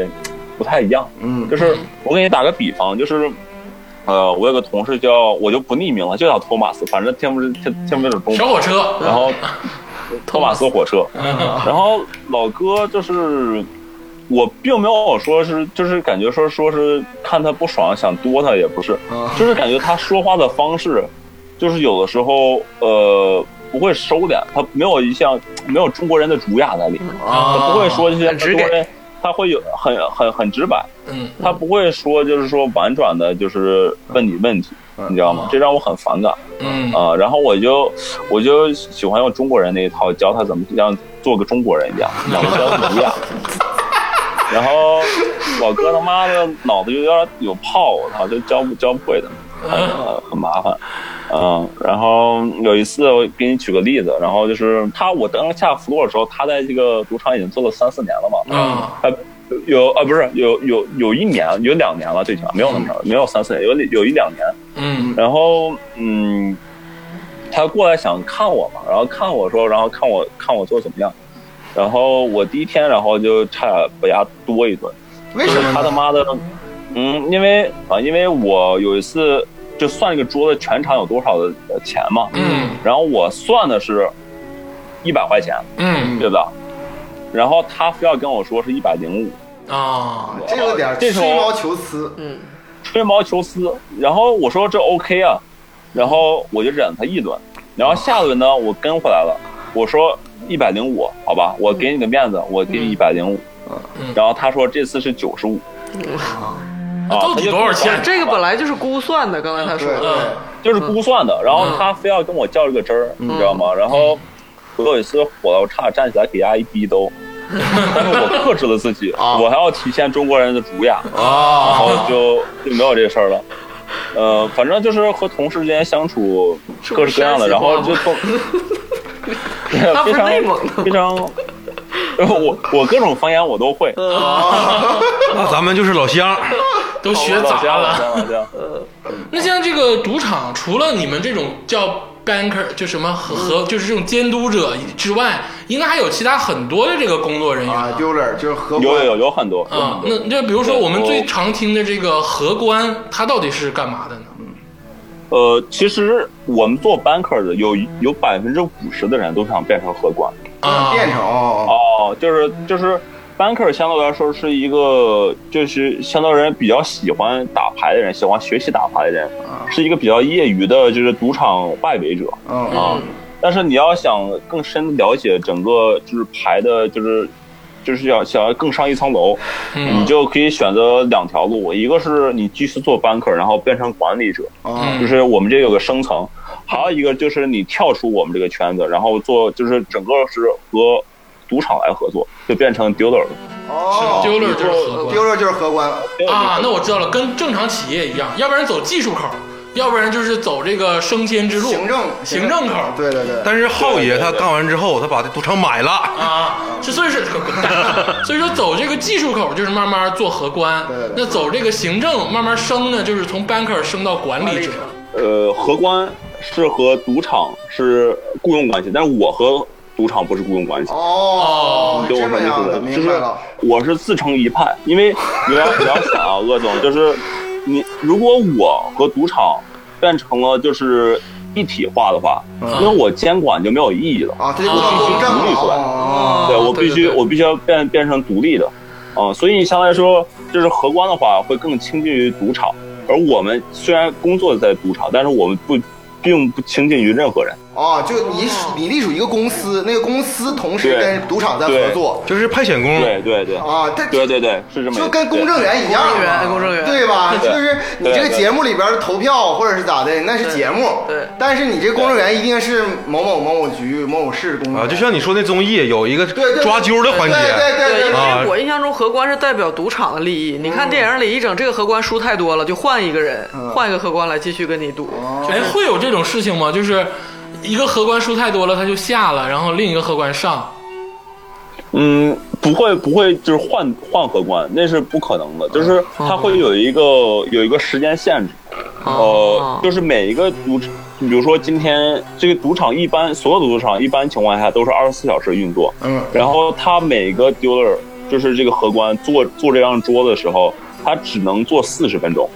S5: 不太一样。
S4: 嗯
S5: 就是我给你打个比方，就是。呃，我有个同事叫我就不匿名了，就叫托马斯，反正听不听听不懂中
S1: 小。
S5: 文
S1: 火车，
S5: 然后托马斯火车， 然后老哥就是我并没有说是就是感觉说说是看他不爽想多他也不是，
S4: 啊
S5: 就是感觉他说话的方式，就是有的时候呃不会收敛，他没有一项没有中国人的儒雅在里
S1: 嗯
S5: 面，
S4: 啊，
S5: 他不会说这些
S2: 很直
S5: 中
S2: 给
S5: 国人。他会有很很很直白，
S1: 嗯
S5: 他不会说就是说婉转的，就是问你问题，你知道吗？这让我很反感。
S1: 嗯
S5: 啊、然后我就我就喜欢用中国人那一套，教他怎么样做个中国人一样，养得像模样。 然后我哥他妈的脑子有点有泡，我操，就教不教不会的，很很麻烦。嗯，然后有一次我给你举个例子，然后就是他，我当下服落的时候，他在这个赌场已经做了三四年了嘛，
S1: 啊
S5: 呃，有啊，不是有有有一年，有两年了，最起码没有那么长，没有三四年，有有一两年，
S1: 嗯
S5: 然后嗯，他过来想看我嘛，然后看我说，然后看我看我做得怎么样，然后我第一天，然后就差点被他多一顿，
S4: 为
S5: 就是
S4: 什么
S5: 他他
S4: 呢？
S5: 妈的，嗯，因为啊，因为我有一次就算这个桌子全场有多少的呃钱嘛，
S1: 嗯
S5: 然后我算的是一百块钱，
S1: 嗯
S5: 对吧？然后他非要跟我说是一百零五，
S1: 啊
S4: 这个点儿
S5: 这
S4: 吹
S5: 时候
S4: 毛求疵，
S2: 嗯，
S5: 吹毛求疵。然后我说这 OK 啊，然后我就忍他一轮，然后下轮呢，我跟回来了，我说一百零五，好吧，我给你个面子，我给你一百零五啊
S1: 嗯。
S5: 然后他说这次是九十五，啊，
S1: 到底多少钱
S5: 他就
S2: 这个本来就是估算的，刚才他
S4: 对
S2: 说的，
S4: 对，
S5: 就是估算的，然后
S1: 嗯
S5: 他非要跟我较这个真儿，你知道吗？然后我有一次火了，我差点站起来给人家一 逼兜，但是我克制了自己，
S1: 啊
S5: 我还要体现中国人的儒 雅，然后就就没有这事儿了。呃，反正就是和同事之间相处
S2: 是
S5: 各
S2: 不
S5: 式
S2: 是
S5: 各样
S2: 山
S5: 的，
S2: 西
S5: 然后
S2: 话
S5: 就从
S2: 他不
S5: 非
S2: 是
S5: 常
S2: 内蒙的吗
S5: 非常，我我各种方言我都会，
S2: 呃
S3: 那咱们就是老乡。
S1: 都学
S5: 老
S1: 杂
S5: 家老
S1: 了。
S5: 家 老家。
S1: 那像这个赌场，除了你们这种叫 banker，就什么和和就是这种监督者之外，应该还有其他很多的这个工作人员
S4: 啊，丢人就是合
S5: 有有
S4: 伙
S5: 有有很多
S2: 嗯
S1: 啊。那那比如说我们最常听的这个荷官，他到底是干嘛的呢？
S5: 呃，其实我们做 banker 的有有百分之五十的人都想变成荷官
S1: 啊，
S4: 变成哦，
S5: 哦，就是就是。banker 相对来说是一个，就是相对人比较喜欢打牌的人，喜欢学习打牌的人，是一个比较业余的，就是赌场外围者。
S4: 嗯
S5: 啊。但是你要想更深了解整个就是牌的，就是就是要想要更上一层楼，你
S1: 嗯
S5: 就可以选择两条路，一个是你继续做 banker，然后变成管理者，
S4: 啊
S5: 就
S1: 嗯
S5: 是我们这有个升层；还有一个就是你跳出我们这个圈子，然后做就是整个是和赌场来合作，就变成 dealer 了。
S4: 哦，
S1: 丢了就是荷官
S4: 丢人就是荷官，
S1: 啊，那我知道了，跟正常企业一样，要不然走技术口，要不然就是走这个升迁之路，
S4: 行政
S1: 行政口，
S4: 对对对，
S3: 但是浩爷他干完之后，他把这赌场买了，
S1: 啊，是所以是滚蛋 所以说走这个技术口就是慢慢做荷官
S4: 对对，对
S1: 那走这个行政慢慢升呢，就是从 banker 升到管理者。
S5: 呃，荷官是和赌场是雇佣关系，但是我和赌场不是雇佣关系。
S4: 哦
S1: 哦，
S5: 你
S4: 这
S5: 懂我
S4: 么
S5: 什么
S4: 样的，
S5: 意思？就
S4: 明
S5: 是
S4: 白了。
S5: 我是自成一派，因为你要你要想啊， 鄂总，就是你如果我和赌场变成了就是一体化的话，
S4: 嗯
S5: 那我监管就没有意义了。
S4: 啊，这就不能公正哦
S5: 独立出来
S4: 了。
S5: 啊对我必须
S1: 啊对对
S5: 我必须要变变成独立的，啊、所以相对来说，就是荷官的话会更倾近于赌场，而我们虽然工作在赌场，但是我们不并不倾近于任何人。
S4: 啊，就你你隶属一个公司，那个公司同时
S5: 对
S4: 跟赌场在合作
S3: 就是派遣工。
S5: 对对对，
S4: 啊，这
S5: 对对对，是这么一个
S4: 就跟公证员一样
S2: 公证员
S4: 嘛，
S2: 公证员
S4: 对吧？
S5: 对
S4: 就是你这个节目里边的投票或者是咋的，那是节目，
S2: 对对
S4: 但是你这公证员一定是某某某某局某某市公证
S3: 啊，
S4: 员
S3: 就像你说那综艺有一个
S4: 对对
S3: 抓阄的环节，
S4: 对对对
S2: 因
S4: 对
S3: 啊
S2: 为我印象中荷官是代表赌场的利益。你看电影里一整这个荷官输太多了，就换一个人，换一个荷官来继续跟你赌。
S1: 哎，会有这种事情吗？就是一个荷官输太多了，他就下了，然后另一个荷官上。
S5: 嗯，不会不会，就是换换荷官，那是不可能的，就是它会有一个有一个时间限制，
S2: 哦
S5: 呃，就是每一个赌，比如说今天这个赌场一般所有的赌场一般情况下都是二十四小时运作，
S4: 嗯，
S5: 然后他每个 dealer 就是这个荷官做做这张桌子的时候，他只能做四十分钟，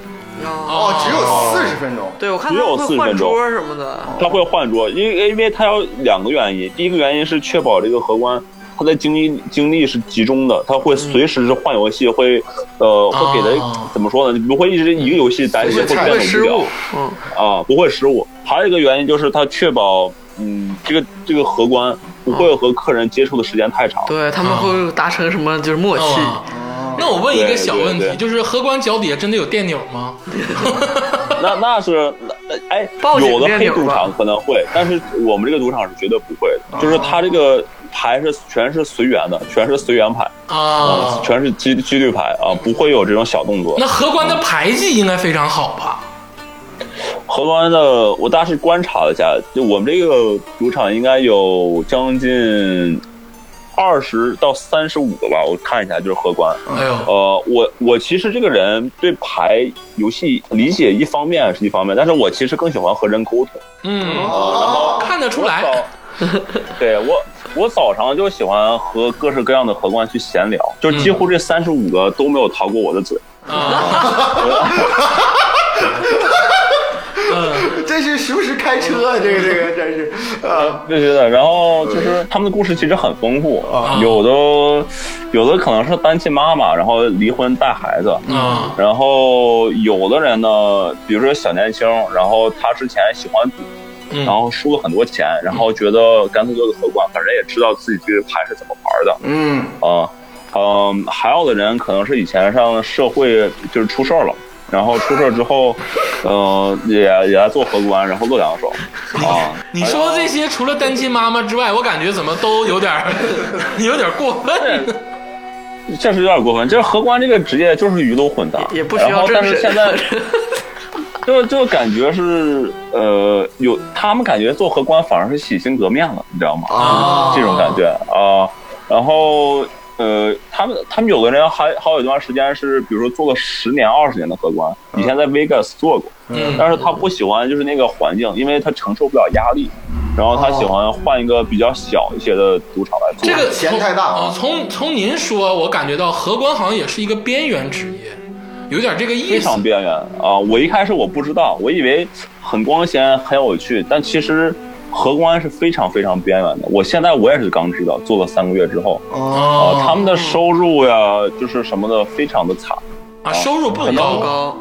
S4: 哦，只有四十分钟，
S2: 对，我看
S5: 只
S2: 他
S5: 有
S2: 们
S5: 40
S2: 会换
S5: 分钟
S2: 桌什么的。
S5: 他会换桌，因为因为他有两个原因，第一个原因是确保这个荷官他的精力精力是集中的，他会随时是换游戏，会呃会给他、
S1: 哦
S5: 怎么说呢？不会一直一个游戏咱
S4: 不
S5: 也
S4: 会
S5: 变
S4: 产生
S5: 得无
S2: 失
S5: 聊
S2: 误，嗯，
S5: 啊，不会失误。还有一个原因就是他确保嗯这个这个荷官不会和客人接触的时间太长。
S2: 对他们会达成什么就是默契。
S1: 哦那我问一个小问题，
S5: 对对对
S1: 就是荷官脚底下真的有电钮吗？
S5: 那那是那那哎
S2: 报，警
S5: 有的
S2: 电
S5: 黑
S2: 钮
S5: 赌
S2: 吧
S5: 场可能会，但是我们这个赌场是绝对不会的，就是他这个牌是全是随缘的，全是随缘牌。
S1: 啊，
S5: 全是几几率牌啊，不会有这种小动作。
S1: 那荷官的牌技应该非常好吧？
S5: 荷官的，我大致观察了一下，就我们这个赌场应该有将近二十到三十五个吧，我看一下就是荷官。
S1: 哎呦，
S5: 呃，我我其实这个人对牌游戏理解一方面是一方面，但是我其实更喜欢和人沟通。
S1: 嗯，
S4: 哦，
S1: 看得出
S5: 我早
S1: 来。，
S5: 对我，我早上就喜欢和各式各样的荷官去闲聊，就几乎这三十五个都没有逃过我的嘴。
S1: 啊，
S4: 这是时不时开车啊，这个这个真是啊，
S5: 对对对，然后就是他们的故事其实很丰富，有的有的可能是单亲妈妈，然后离婚带孩子，
S1: 啊
S5: 然后有的人呢，比如说小年轻，然后他之前喜欢赌，
S1: 嗯
S5: 然后输了很多钱，然后觉得干脆做个荷官，反正也知道自己这个牌是怎么玩的
S4: 嗯，
S5: 啊，嗯，还有的人可能是以前上社会就是出事儿了。然后出事儿之后，呃，也也来做荷官，然后做两手，啊，
S1: 你说这些除了单亲妈妈之外，我感觉怎么都有点 儿有点儿过分。
S5: 这是有点过分。这荷官这个职业就是鱼龙混杂，
S2: 也不需要
S5: 然后但是
S2: 真
S5: 现
S2: 神
S5: 在 就就感觉是呃，有他们感觉做荷官反而是洗心革面了，你知道吗？
S4: 啊，
S5: 这种感觉啊、然后呃，他们他们有的人还还有一段时间是，比如说做了十年二十年的荷官，以前在 Vegas 做过，
S1: 嗯
S5: 但是他不喜欢就是那个环境，因为他承受不了压力。然后他喜欢换一个比较小一些的赌场来做，
S1: 这个
S4: 钱太大
S1: 从从从您说，我感觉到荷官好像也是一个边缘职业，有点这个意
S5: 非
S1: 思。
S5: 常边缘啊！我一开始我不知道，我以为很光鲜很有趣，但其实荷官是非常非常边缘的。我现在我也是刚知道，做了三个月之后啊、
S1: 哦，
S5: 他们的收入呀，就是什么的，非常的惨，
S1: 啊，收入不
S2: 糟
S1: 高，
S2: 糕，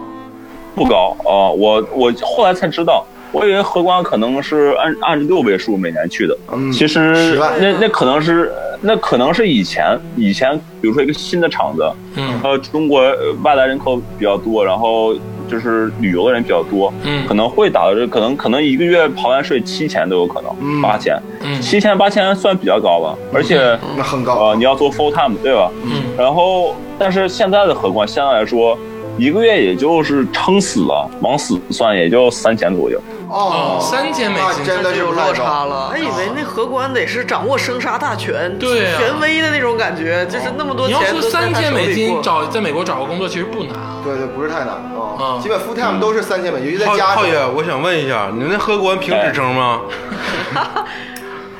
S5: 不高啊！我我后来才知道。我以为荷官可能是按按着六位数每年去的，
S4: 嗯10
S5: 其实
S4: 万
S5: 那那可能是那可能是以前以前，比如说一个新的厂子，
S1: 嗯
S5: 呃，中国呃外来人口比较多，然后就是旅游的人比较多，
S1: 嗯
S5: 可能会打到这，可能可能一个月刨完税七千都有可能，八千，
S1: 嗯
S5: 七千八千算比较高了，而且
S4: 那很
S5: 呃
S4: 高，哦
S5: 你要做 full time 对吧？
S1: 嗯
S5: 然后但是现在的荷官相对来说，一个月也就是撑死了，往死算也就三千左右。
S1: 哦
S4: 哦，
S1: 三千美金
S4: 那真
S1: 那
S4: 的
S1: 就是
S2: 有
S4: 太
S2: 落
S4: 高
S2: 差了，哦还以为那荷官得是掌握生杀大权、
S1: 对啊
S2: 权威的那种感觉，就是那么多
S1: 你
S2: 钱
S1: 要说
S2: 都在
S1: 三
S2: 他
S1: 千
S2: 手里
S1: 美金
S2: 过
S1: 找在美国找个工作其实不难，
S4: 对对，不是太难啊
S1: 嗯，
S4: 基本 full time 都是三千美金，尤其在
S3: 浩
S4: 加州
S3: 浩。爷，我想问一下，你那荷官评职称吗？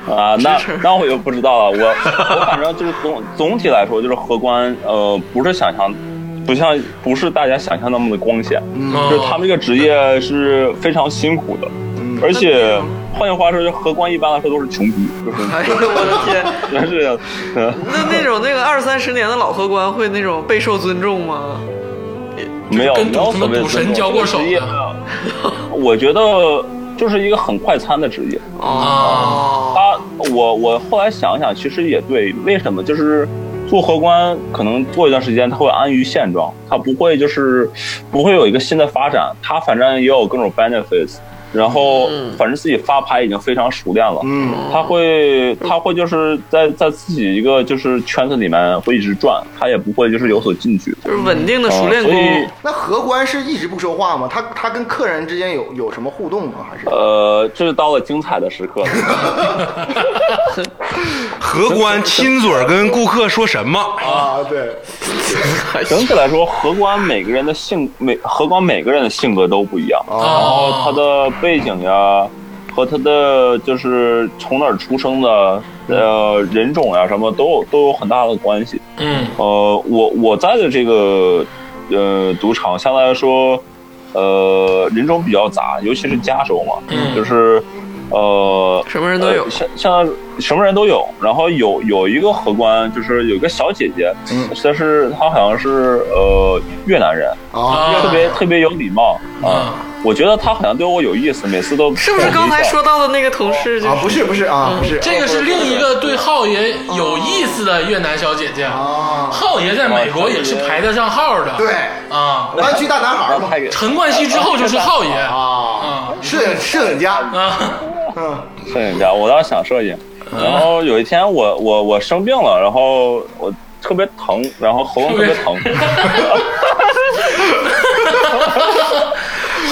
S5: 啊，那那我就不知道了。 我我反正就是总总体来说，就是荷官呃，不是想象，不像不是大家想象那么的光鲜，嗯
S1: 哦
S5: 就是他们这个职业是非常辛苦的，而且换句话说，就荷官一般来说都是 穷逼，
S2: 哎呦我的天！
S5: 就是嗯
S2: 那那种那个二三十年的老荷官会那种备受尊重吗？
S5: 没有
S1: 跟
S5: 没有
S1: 赌什
S5: 所
S1: 么
S5: 谓
S1: 赌神交过手
S5: 这个职业
S1: 的
S5: 我觉得就是一个很快餐的职业。
S2: 哦
S1: 啊，
S5: 他，我我后来想一想，其实也对，为什么就是做荷官，可能做一段时间他会安于现状，他不会就是不会有一个新的发展，他反正也有各种 benefits，然后反正自己发牌已经非常熟练了，嗯，他会他会就是在在自己一个就是圈子里面会一直转，他也不会就是有所进取，
S2: 就是稳定的熟练
S5: 啊所以
S2: 工。
S4: 那荷官是一直不说话吗？他他跟客人之间有有什么互动吗？还是
S5: 呃，这是到了精彩的 时刻了。
S3: 荷官亲嘴儿跟顾客说什么？
S4: 啊，对，
S5: 整体来说，荷官每个人的性每荷官每个人的性格都不一
S4: 啊
S5: 样，然
S2: 哦
S5: 后
S1: 哦
S5: 他的背景呀，和他的就是从哪儿出生的，呃，人种呀什么都有都有很大的关系。
S1: 嗯
S5: 呃，我我在的这个呃赌场相对来说，呃，人种比较杂，尤其是加州嘛，
S1: 嗯
S5: 就是呃，
S2: 什么人都有
S5: 呃像像什么人都有。然后有有一个荷官，就是有个小姐姐，但是她好像是呃越南人，
S4: 啊，
S5: 特别特别有礼貌
S1: 嗯
S5: 啊。我觉得她好像对我有意思，每次都
S2: 是不是刚才说到的那个同事就嗯
S4: 啊，不是不是啊，不是
S1: 这个是另一个对浩爷有意思的越南小姐姐。
S4: 啊，
S1: 浩爷在美国也是排得上号的。
S4: 对，
S1: 啊，
S4: 湾区大男孩嘛
S5: 拍给
S1: 陈冠希之后就是浩 爷啊
S4: 啊，摄影摄影家，嗯，
S5: 摄影家，我当时想摄影，然后有一天我我我生病了，然后我特别疼，然后喉咙特别疼，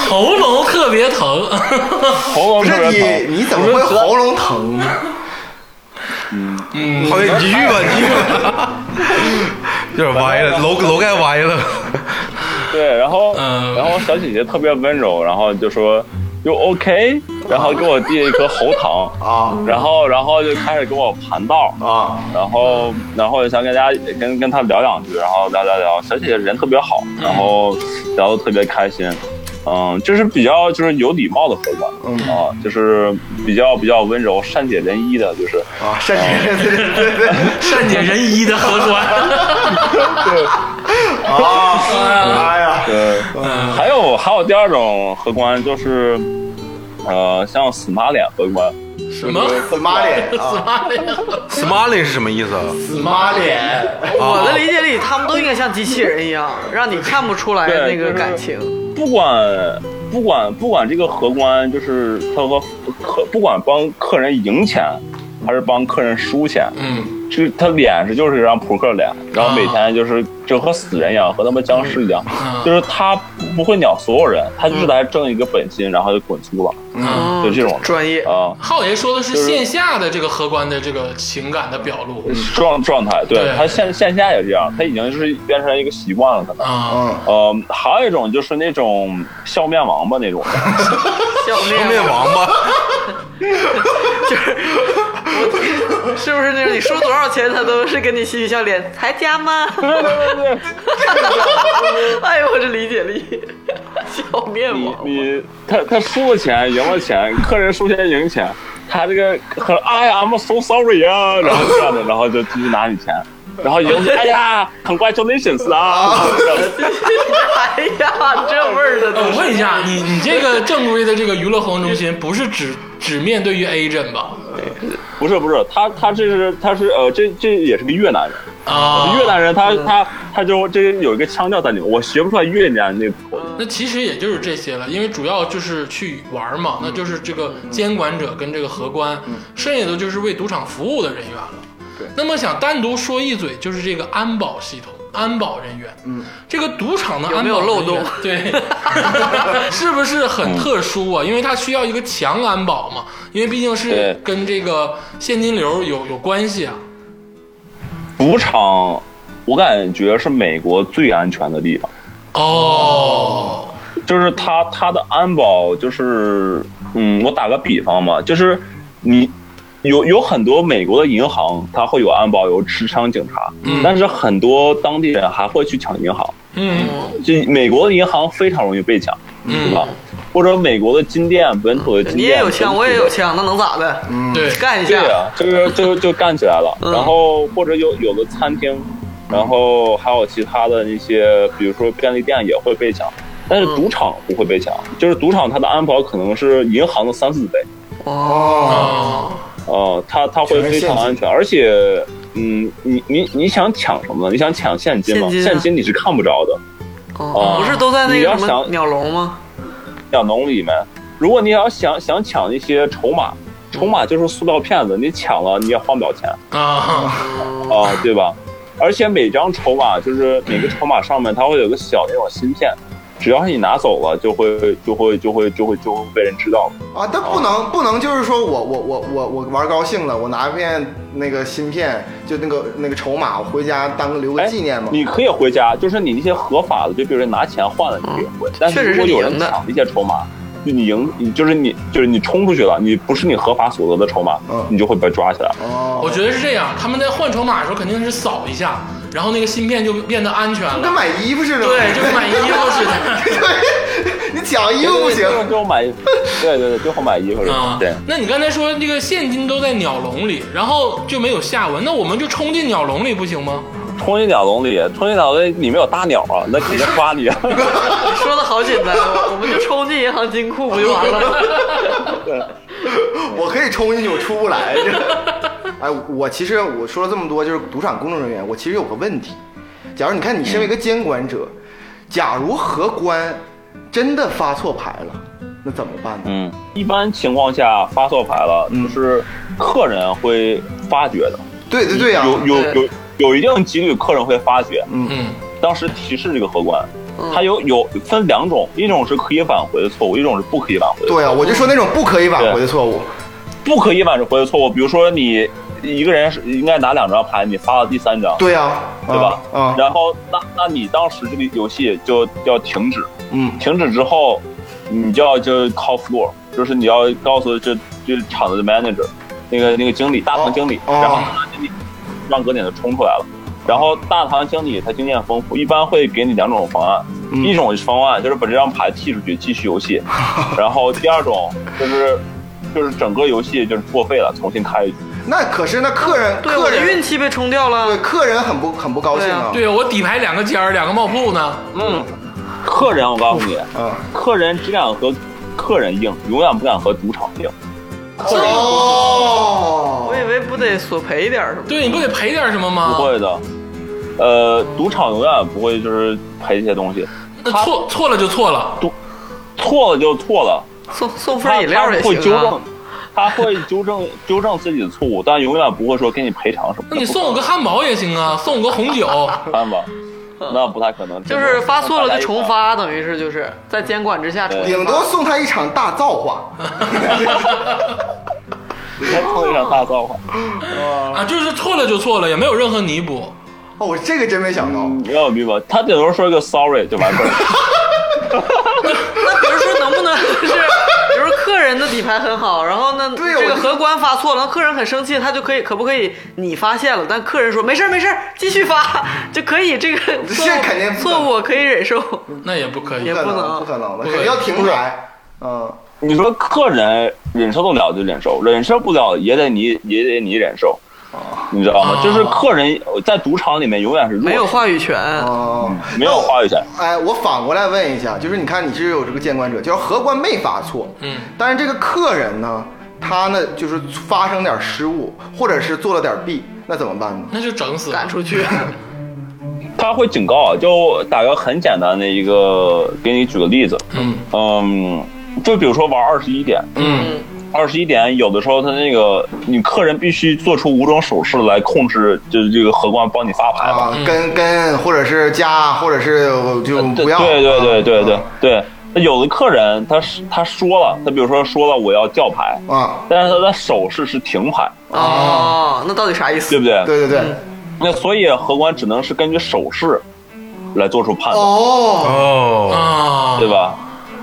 S1: 喉咙特别 疼。
S5: 喉咙
S4: 不是
S5: 特别疼。
S4: 你你怎么会喉咙疼呢？
S3: 浩爷，你继续吧，你继续吧。 有点歪了，楼楼盖歪了。
S5: 对，然后
S1: 嗯
S5: 然后小姐姐特别温柔，然后就说 You OK，然后给我递了一颗喉糖，
S4: 啊
S5: 然后然后就开始给我盘道。
S4: 啊，
S5: 然后，然后也想跟大家跟跟她聊两句，然后聊聊聊。小姐姐人特别好，然后聊得特别开心，嗯，就是比较就是有礼貌的伙伴，啊，就是比较比较温柔、善解人意的，就是
S4: 啊，善解人对 对对
S1: 善解人意的荷 官，
S4: 啊，哎呀，
S5: 对，还有还有第二种荷官就是，呃，像死马脸荷官，
S1: 什么
S4: 死妈脸啊，
S3: Smiley 是什么意思啊？
S4: 死妈脸，
S5: 啊
S2: 我的理解里，他们都应该像机器人一样，让你看不出来
S5: 对
S2: 那个
S5: 就是
S2: 感情。
S5: 不管不管不管这个荷官，就是他和客不管帮客人赢钱，还是帮客人输钱，
S1: 嗯，
S5: 就是他脸是就是一张扑克脸，然后每天就是就和死人一样，和他们僵尸一样，就是他不会鸟所有人，他就是来挣一个本金，然后就滚粗了
S2: 嗯
S5: 就这种
S2: 专业，
S5: 啊。
S1: 浩爷说的是线下的这个荷官的这个情感的表露
S4: 嗯
S5: 状状态，对
S1: 对
S5: 他线线下也这样，他已经是变成一个习惯了，可能。
S1: 啊，
S4: 嗯，
S5: 呃，还有一种就是那种笑面王八那种，
S2: 笑
S3: 双面
S2: 面
S3: 王八，
S2: 是不是那种你收多少钱他都是跟你嬉皮笑脸，还加 吗？
S5: 对对对对，
S2: 哎呦我这理解力，笑面
S5: 你
S2: 王八
S5: 你他他输了钱，赢了钱，客人输钱赢钱，他这个很哎呀，I'm so sorry 啊，然后这样的，然后就继续拿你钱，然后赢钱，哎呀，congratulations 啊，
S2: 哎呀，这味儿的
S1: 呃
S2: 都
S1: 我
S2: 是。
S1: 问一下，你你这个正规的这个娱乐活动中心，不是只只面对于 agent 吧？
S5: 不是不是，他他这是他是呃，这这也是个越南人，
S1: 啊，
S5: 越南人他他他就这有一个腔调在里面，我学不出来越南那个口音，
S1: 那其实也就是这些了，因为主要就是去玩嘛，
S2: 嗯
S1: 那就是这个监管者跟这个荷官，剩下的就是为赌场服务的人员了。
S4: 对
S1: 那么想单独说一嘴，就是这个安保系统。安保人员。嗯，这个赌场的
S2: 有
S1: 安
S2: 没
S1: 保
S2: 有漏
S1: 人员
S2: 洞？
S1: 对，是不是很特殊啊？因为它需要一个强安保嘛，因为毕竟是
S5: 对
S1: 跟这个现金流有有关系啊。
S5: 赌场，我感觉是美国最安全的地方，
S1: 哦，
S5: 就是它它的安保就是，嗯，我打个比方嘛，就是你有有很多美国的银行，它会有安保，有持枪警察，
S1: 嗯
S5: 但是很多当地人还会去抢银行，
S1: 嗯
S5: 就美国的银行非常容易被抢，对吧？或者美国的金店，本土的金
S2: 你
S5: 店，
S2: 也有枪，
S5: 本土
S2: 我
S5: 的
S2: 也有枪，那能咋的？
S1: 嗯，对，
S2: 干一
S5: 对
S2: 下。
S5: 啊，就是就就干起来了。
S2: 嗯
S5: 然后或者有有的餐厅，然后还有其他的那些，比如说便利店也会被抢，但
S2: 嗯
S5: 是赌场不会被抢，就是赌场它的安保可能是银行的三四倍
S4: 嗯
S2: 哦，
S1: 哦，
S5: 哦、它它会
S4: 全是
S5: 非
S4: 现
S5: 常
S4: 金
S5: 安全，而且。嗯，你你你想抢什么呢？你想抢现金吗？
S2: 现金啊
S5: 你是看不着的。
S2: 哦，不是都在那
S5: 你
S2: 个
S5: 要
S2: 什么
S5: 想
S2: 鸟笼吗？
S5: 抢农里面，如果你要想想抢那些筹码，筹码就是塑料骗子，你抢了你也换不了钱。
S1: 啊，
S5: 啊，对吧？而且每张筹码就是每个筹码上面它会有个小那种芯片，只要是你拿走了，就会就会就会就会就会被人知道。
S4: 啊，但不
S5: 哦
S4: 能不能就是说我我我我我玩高兴了，我拿片那个芯片，就那个那个筹码，我回家当个留个
S5: 哎
S4: 纪念嘛。
S5: 你可以回家，就是你那些合法的，就比如说拿钱换了，你可以回。但
S2: 嗯确实
S5: 是如果
S2: 是
S5: 有
S2: 你赢
S5: 人
S2: 的
S5: 抢那些筹码，就你赢，你就是你就是你冲出去了，你不是你合法所得的筹码
S4: 嗯，
S5: 你就会被抓起来。
S4: 哦，
S1: 我觉得是这样，他们在换筹码的时候肯定是扫一下，然后那个芯片就变得安全
S4: 跟
S1: 了。
S4: 买衣服似的。
S1: 对，就跟买衣服似 的。
S4: 对，你抢衣服不行
S5: 对。对对最后买，对对对，最后买衣服是吧
S2: 嗯
S1: 啊，
S5: 对。
S1: 那你刚才说这个现金都在鸟笼里，然后就没有下文，那我们就冲进鸟笼里不行吗？
S5: 冲进鸟笼里，冲进鸟笼里里面有大鸟啊，那肯定抓你。 啊。
S2: 你说的好简单，我我们就冲进银行金库不就完 了？
S4: 我可以冲进去，我出不来。 哎，我其实我说了这么多，就是赌场工作人员，我其实有个问题。假如你看你身为一
S5: 嗯
S4: 个监管者，假如荷官真的发错牌了，那怎么办呢？
S5: 嗯，一般情况下发错牌了，
S4: 嗯
S5: 就是客人会发觉的，
S4: 对对对啊呀、
S5: 有有有有一定几率客人会发觉。
S1: 嗯
S5: 当时提示这个荷官，
S2: 嗯
S5: 它有有分两种，一种是可以挽回的错误，一种是不可以挽回的。
S4: 对呀、啊我就说那种不可以挽回的错误。
S5: 不可以挽回的错误，比如说你一个人是应该拿两张牌，你发了第三张，
S4: 对呀、
S5: 对吧？
S4: 啊，
S5: 然后那那你当时这个游戏就要停止，
S4: 嗯，
S5: 停止之后，你就要就 call floor，就是你要告诉这这厂子的 manager，那个那个经理大堂经理，
S4: 哦哦
S5: 然后大堂经理让格点就冲出来了。然后大堂经理他经验丰富，一般会给你两种方案，
S4: 嗯
S5: 一种方案就是把这张牌踢出去继续游 戏，然后第二种就是就是整个游戏就是作废了，重新开一局。
S4: 那可是那客人
S2: 对，
S4: 客
S2: 我的
S4: 人
S2: 运气被冲掉
S4: 对
S2: 了。
S4: 客人很不很不高兴啊。
S1: 嗯对我底牌两个尖儿，两个冒铺呢。
S5: 嗯，客人我告诉你，
S4: 嗯，
S5: 客人只敢和客人硬，永远不敢和赌场硬。
S4: 哦
S2: 我以为不得索赔一点什么？
S1: 对，你不得赔点什么
S5: 不
S1: 吗？
S5: 会的，呃，赌场永远不会就是赔这些东西，
S1: 那错错了就错 了。
S5: 错了就错了，
S2: 送送
S5: 他
S2: 份饮料
S5: 他
S2: 也
S5: 会
S2: 行
S5: 纠
S2: 啊
S5: 正。，他会纠正纠正自己的错误，但永远不会说给你赔偿什么的。
S1: 那你送我个汉堡也行啊，送我个红 酒。
S5: 看吧，那不太可能。
S2: 嗯就是发错了就重，发，等于是就是在监管之下重
S5: 对
S4: 顶
S2: 新
S4: 多
S2: 发。
S4: 送他一场大造化。
S5: 再碰一场大造化。
S1: 啊，就是错了就错了，也没有任何弥补。
S4: 哦，我这个真没想到。
S5: 你要有明白，他顶多说一个 sorry 就完事儿了。
S2: 那比如说能不能 就是，比如说客人的底牌很好，然后呢
S4: 对
S2: 这
S4: 我
S2: 个
S4: 就
S2: 荷官发错了，客人很生气，他就可以可不可以你发现了，但客人说没事儿没事儿，继续发 就可以， 这个错误
S4: 肯定不
S2: 错误我可以忍受。
S1: 那也不可以
S2: 也
S4: 不可
S2: 不能
S4: 能，不可能的，肯定要停牌。嗯，
S5: 你说客人忍受得了就忍受，忍受不了也得你也得你忍受，
S2: 哦
S5: 你知道吗？
S1: 啊
S5: 就是客人在赌场里面永远是弱势
S2: 没有话语权，
S4: 哦，
S5: 没有话语权。
S4: 哎，我反过来问一下，就是你看你是有这个监管者，就是荷官没发错，
S1: 嗯，
S4: 但是这个客人呢，他呢就是发生点失误，或者是做了点弊，那怎么办呢？
S1: 那就整死。
S2: 赶出去。
S5: 他会警告啊，就打个很简单的一个，给你举个例子，
S1: 嗯
S5: 嗯，就比如说玩二十一点，
S1: 嗯
S5: 二十一点，有的时候他那个你客人必须做出五种手势来控制，就是这个荷官帮你发牌吧。
S4: 啊，跟跟或者是加，或者是就
S5: 哦嗯呃对
S4: 不要，
S5: 对对对对对
S4: 啊
S5: 对，那有的客人他是他说了，他比如说说了我要吊牌，
S4: 啊，
S5: 但是他的手势是停牌，
S2: 哦，那到底啥意思
S5: 对？不对？
S4: 对对对，
S5: 那所以荷官只能是根据手势来做出判断，
S4: 哦，
S3: 哦，
S1: 啊，
S5: 嗯对吧？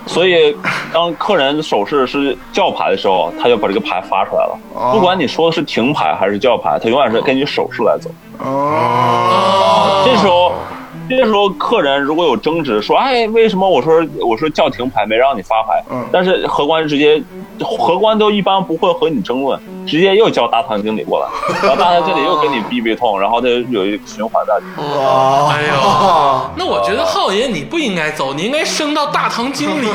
S5: 所以，当客人手势是叫牌的时候，他就把这个牌发出来了。
S4: 哦
S5: 不管你说的是停牌还是叫牌，他永远是根据手势来走。
S1: 啊，
S4: 哦，
S5: 这时候，这时候客人如果有争执，说：“哎，为什么我说我说叫停牌没让你发牌？”
S4: 嗯
S5: 但是荷官直接，荷官都一般不会和你争论，直接又叫大堂经理过来，然后大堂经理又跟你逼逼痛，然后他就有一个循环在里面。
S4: 哦，
S1: 哎
S4: 呦，
S1: 那我觉得浩爷你不应该走，你应该升到大堂经 理，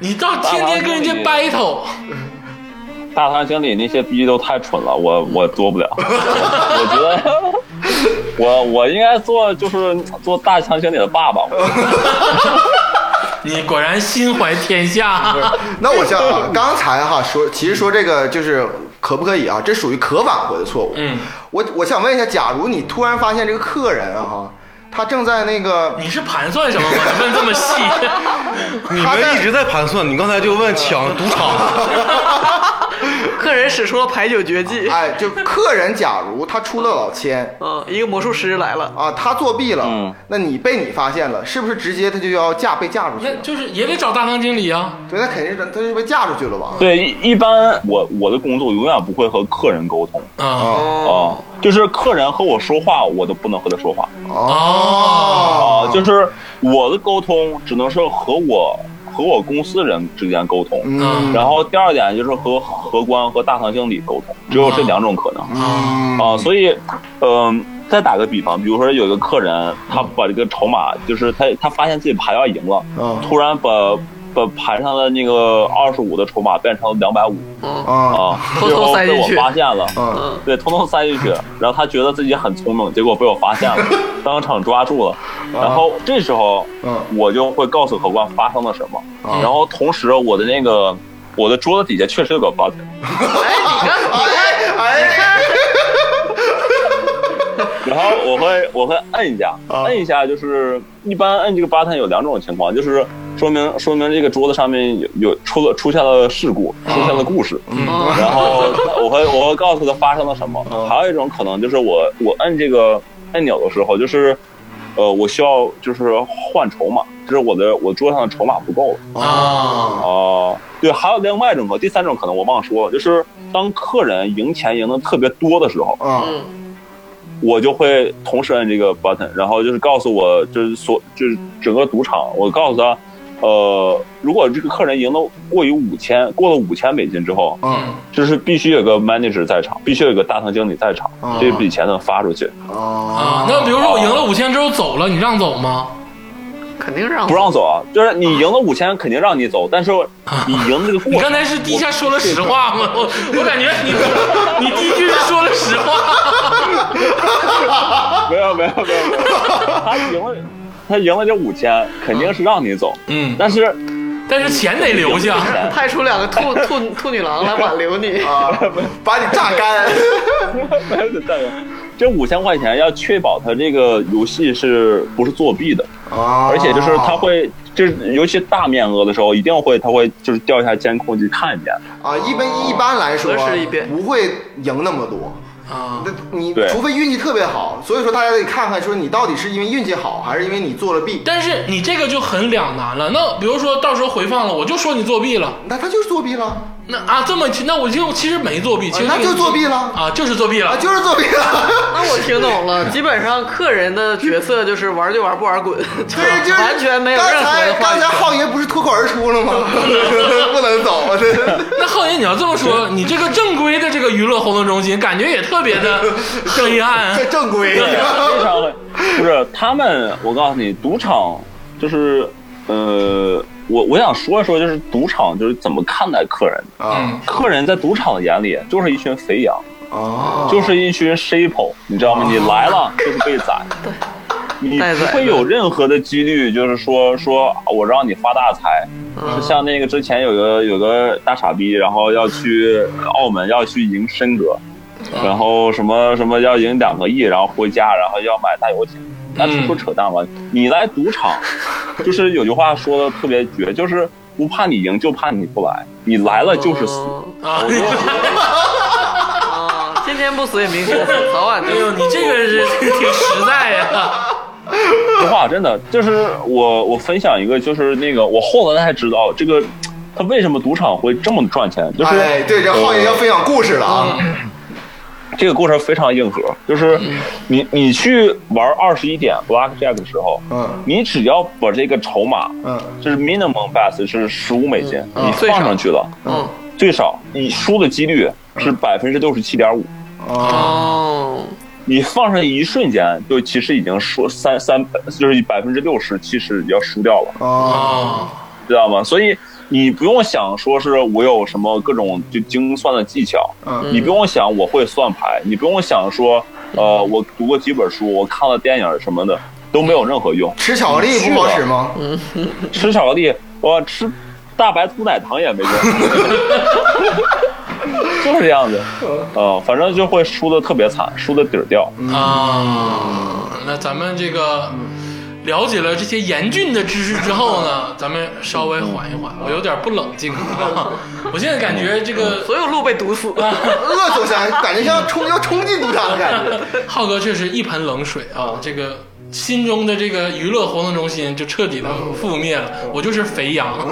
S1: 你到天天跟人家 battle，
S5: 大堂经理那些逼都太蠢了，我我做不了。我觉得我我应该做就是做大堂经理的爸爸。
S1: 你果然心怀天下。
S4: 那我想
S5: 嗯
S4: 啊，刚才哈说，其实说这个就是可不可以啊？这属于可挽回的错误。
S1: 嗯，
S4: 我我想问一下，假如你突然发现这个客人啊哈，他正在那
S5: 嗯
S4: 个，
S1: 你是盘算什么吗？你问这么细，
S3: 你
S4: 他
S3: 们
S4: 在
S3: 一直在盘算，你刚才就问抢赌场，
S2: 客人使出了牌九绝技，
S4: 哎，就客人假如他出了老千
S2: 嗯，一个魔术师来了，
S4: 啊，他作弊了，
S5: 嗯
S4: 那你被你发现了，是不是直接他就要嫁被嫁出去
S1: 那
S4: 了？
S1: 就是也得找大堂经理啊。
S4: 对，那肯定是他就被嫁出去了吧？
S5: 对，一一般我我的工作永远不会和客人沟通
S1: 啊
S5: 啊、就是客人和我说话，我都不能和他说话啊、
S4: 哦，
S5: 就是我的沟通只能是和我和我公司人之间沟通。
S1: 嗯
S5: 然后第二点就是和荷官和大堂经理沟通，只有这两种可能。
S1: 啊
S5: 啊、所以，嗯、再打个比方，比如说有一个客人，他把这个筹码，就是他他发现自己牌要赢了，
S4: 嗯
S5: 突然把把盘上的那个二十五的筹码变成两百五
S2: 嗯
S4: 啊
S5: 啊，
S2: 偷
S5: 最
S2: 偷
S5: 后
S2: 塞进
S5: 被我
S2: 去
S5: 发现了，
S4: 啊
S2: 嗯
S5: 对，偷偷塞进去，然后他觉得自己很聪明，结果被我发现了，当场抓住了，然后这时候，
S4: 嗯
S5: 我就会告诉荷官发生了什么，
S4: 啊
S5: 然后同时我的那个我的桌子底下确实有个保险，
S4: 哎哎，
S5: 然后我会我会摁一下，摁一下就是一般摁这个 button 有两种情况，就是说明说明这个桌子上面有有出了出现了事故，出现了故事，然后我会我会告诉他发生了什么。还有一种可能就是我我摁这个按钮的时候，就是呃我需要就是换筹码，就是我的我桌上的筹码不够了。
S1: 啊！
S5: 哦，对，还有另外一种可能，第三种可能我忘说了，就是当客人赢钱赢的特别多的时候，
S4: 啊
S2: 嗯，
S5: 我就会同时按这个 button，然后就是告诉我，就是所就是整个赌场，我告诉他，呃，如果这个客人赢了过于五千，过了五千美金之后，
S4: 嗯
S5: 就是必须有个 manager 在场，必须有个大堂经理在场
S4: 哦，
S5: 这笔钱能发出去，
S1: 啊
S4: 啊，
S1: 那比如说我赢了五千之后走了，你让走吗？
S2: 肯定让
S5: 不让走啊，就是你赢了五千肯定让你走，但是你赢的这个
S1: 你
S5: 过
S1: 刚
S5: 程，
S1: 才是第一下说了实话吗？我我感觉你你第一句是说了实话。
S5: 没有没有没有，没有他赢了他赢了这五千肯定是让你走，
S1: 嗯，
S5: 但是
S1: 但是钱得留下。
S2: 派出两个兔兔兔女郎来挽留你，
S4: 啊把你榨干，
S5: 没有大哥， 这五千块钱要确保他这个游戏是不是作弊的，
S4: 啊
S5: 而且就是他会，就是尤其大面额的时候，一定会他会就是调一下监控去看一遍。
S4: 啊，一般一般来说
S2: 核实一遍
S4: 不会赢那么多。
S1: 啊
S4: 那你
S5: 对
S4: 除非运气特别好，所以说大家得看看，说你到底是因为运气好，还是因为你做了弊。
S1: 但是你这个就很两难了。那比如说到时候回放了，我就说你作弊了，
S4: 那他就是作弊了，
S1: 那啊这么那我就其实没作弊，其实
S4: 哦那就作弊了
S1: 啊，就是作弊
S4: 啊，
S1: 了。
S4: 就是作弊了。
S2: 那我听懂了，基本上客人的角色就是玩就玩，不玩滚， 就
S4: 对，就是
S2: 完全没有
S4: 刚
S2: 任何
S4: 才
S2: 的话
S4: 刚
S2: 语
S4: 才浩爷不是脱口而出了吗？不能走啊！这
S1: 那浩爷，你要这么说，你这个正规的这个娱乐活动中心感觉也特别的 黑暗
S4: 这正规
S5: 对，非常会，不是他们，我告诉你，赌场就是，呃，我我想说一说，就是赌场就是怎么看待客人的。
S4: 啊
S5: 客人在赌场的眼里就是一群肥羊，
S4: 啊！
S5: 就是一群 sheep，你知道吗？你来了就是被宰。你
S2: 带崽
S5: 不会
S2: 子
S5: 有任何的几率，就是说说啊我让你发大财，是像那个之前有个有个大傻逼，然后要去澳门要去赢申哥，然后什么什么要赢两个亿，然后回家然后要买大游艇，那
S1: 嗯
S5: 不扯淡吗？你来赌场，就是有句话说的特别绝，就是不怕你赢，就怕你不来，你来了就是
S2: 哦
S5: 死。
S1: 啊！
S5: 我就
S2: 啊，今天不死也明天死，早晚
S1: 哎
S2: 就
S1: 呦，你这个是挺实在呀、
S5: 实话，真的就是我我分享一个，就是那个我后来才知道这个，他为什么赌场会这么赚钱，就是、
S4: 哎，对，这浩爷要分享故事了啊！
S5: 这个过程非常硬核，就是
S4: 嗯
S5: 你你去玩二十一点 blackjack 的时候，
S4: 嗯
S5: 你只要把这个筹码，
S4: 嗯，
S5: 就是 minimum bet 是十五美金，
S4: 嗯
S5: 你
S2: 最
S5: 放
S2: 少
S5: 上去了，
S2: 嗯
S5: 最少你输的几率
S4: 嗯
S5: 是百分之六十七点五，
S4: 哦，
S2: 哦，
S5: 你放上一瞬间就其实已经输三三就是百分之六十七十要输掉了。
S4: 哦，
S1: 啊！
S5: 知道吗？所以你不用想说是我有什么各种就精算的技巧，
S4: 嗯
S5: 你不用想我会算牌，你不用想说呃我读过几本书，我看了电影什么的都没有任何用。
S4: 吃巧克力不好使吗？
S5: 吃巧克力，我吃大白兔奶糖也没用，就是这样子，呃，反正就会输的特别惨，输的底儿掉。
S1: 嗯啊，那咱们这个了解了这些严峻的知识之后呢，咱们稍微缓一缓，我有点不冷 静 啊。我现在感觉这个
S2: 嗯所有路被堵死。
S4: 恶总想感觉像冲要冲进赌场的感觉。
S1: 浩哥确实一盆冷水啊，这个。心中的这个娱乐活动中心就彻底的覆灭了，我就是肥羊。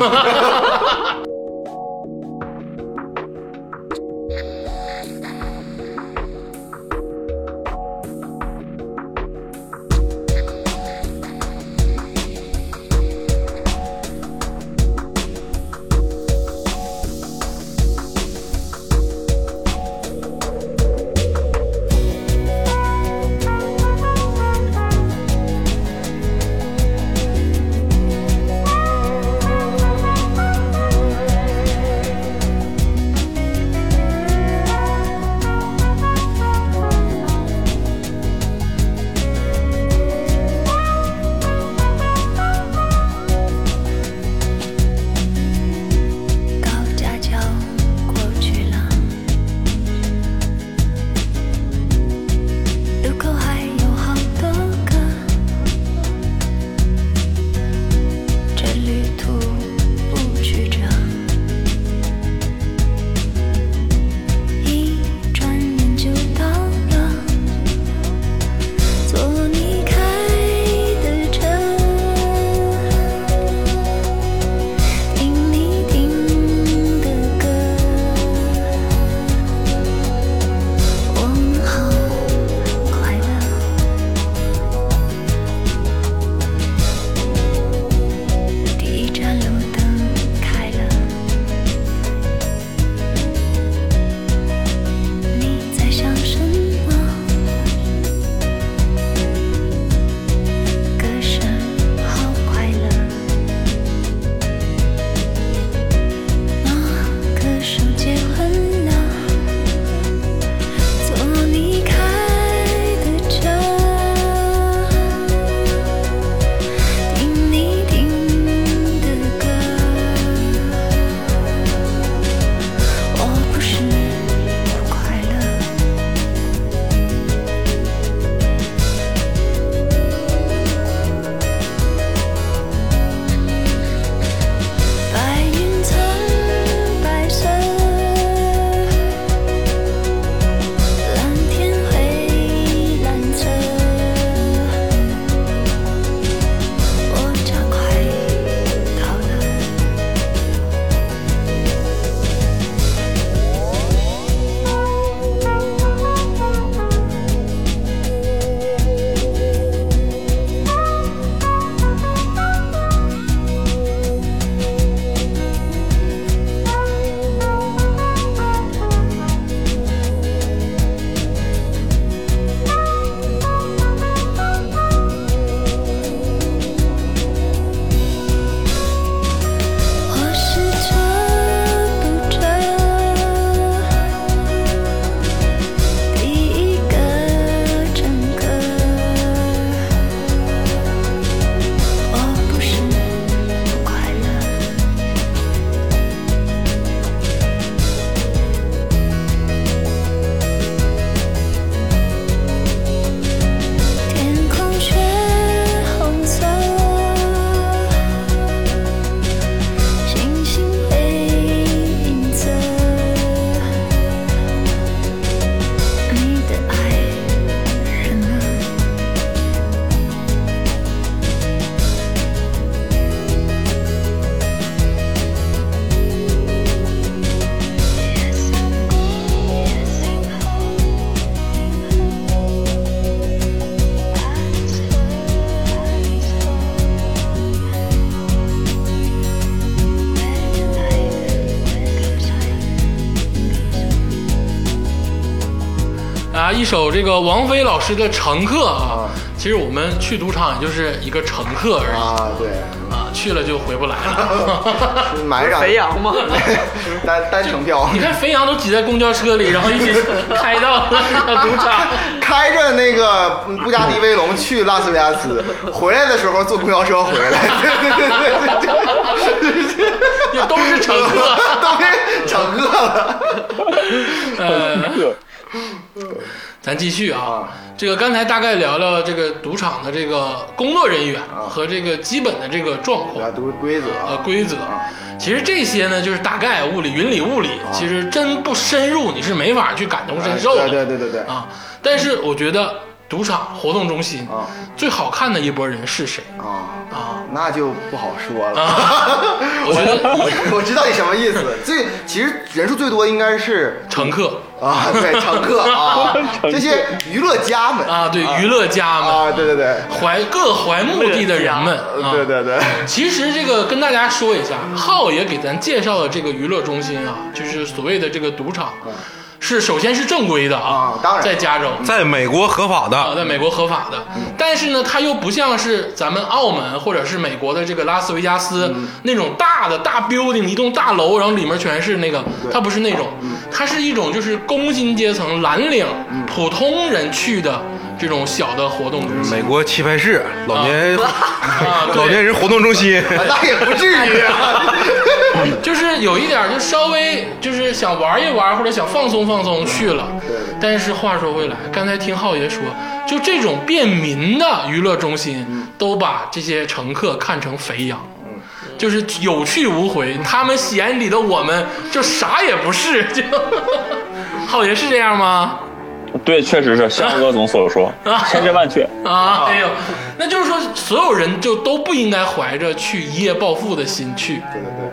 S1: 达啊一首这个王菲老师的《乘客》啊。其实我们去赌场也就是一个乘客而已
S4: 啊，对，
S1: 啊，去了就回不来了。
S4: 买张
S2: 肥羊吗？
S4: 单单程票，
S1: 你看肥羊都挤在公交车里，然后一起开到赌场。
S4: 开着那个布加迪威龙去拉斯维加斯，回来的时候坐公交车回来，对对对对对。
S1: 也都是乘客。
S4: 都被整饿了。
S5: 对
S1: 呃咱继续啊，这个刚才大概聊聊这个赌场的这个工作人员和这个基本的这个状况
S4: 啊，都是规则
S1: 呃
S4: 啊。
S1: 规则。其实这些呢，就是大概物理、云里雾里，
S4: 啊
S1: 其实真不深入，你是没法去感同身受的。
S4: 哎对对对对对
S1: 呃啊！但是我觉得赌场活动中心
S4: 啊
S1: 最好看的一波人是谁
S4: 啊，
S1: 啊？
S4: 那就不好说了。啊
S1: 我觉得
S4: 我知道你什么意思。最其实人数最多应该是
S1: 乘客
S4: 啊，对， 乘客啊，这些娱乐家们
S1: 啊，对，娱乐家们，
S4: 啊，对对对，
S1: 怀各怀目的的人们，啊
S4: 对嗯对对，
S1: 其实这个跟大家说一下，浩爷给咱介绍的这个娱乐中心啊，就是所谓的这个赌场，是首先是正规的啊
S4: 嗯啊，当然
S1: 在加州。
S3: 在美国合法
S1: 啊，
S3: 的，
S1: 在美国合法的，但是呢，它又不像是咱们澳门或者是美国的这个拉斯维加斯、那种大的大 building，一栋大楼，然后里面全是那个，它不是那种，它是一种就是工薪阶层、蓝领、普通人去的这种小的活动中心
S3: 美国棋牌室、老年
S1: 啊，对
S3: 老年人活动中心，
S4: 那也不至于 啊。
S1: 就是有一点儿，就稍微就是想玩一玩或者想放松放松去了。但是话说回来，刚才听浩爷说，就这种便民的娱乐中心，都把这些乘客看成肥羊。就是有去无回，他们眼里的我们就啥也不是。就浩爷是这样吗？
S5: 对，确实是像鄂总所说，千真万确。
S1: 啊，哎呦，那就是说，所有人就都不应该怀着去一夜暴富的心去。
S4: 对对对，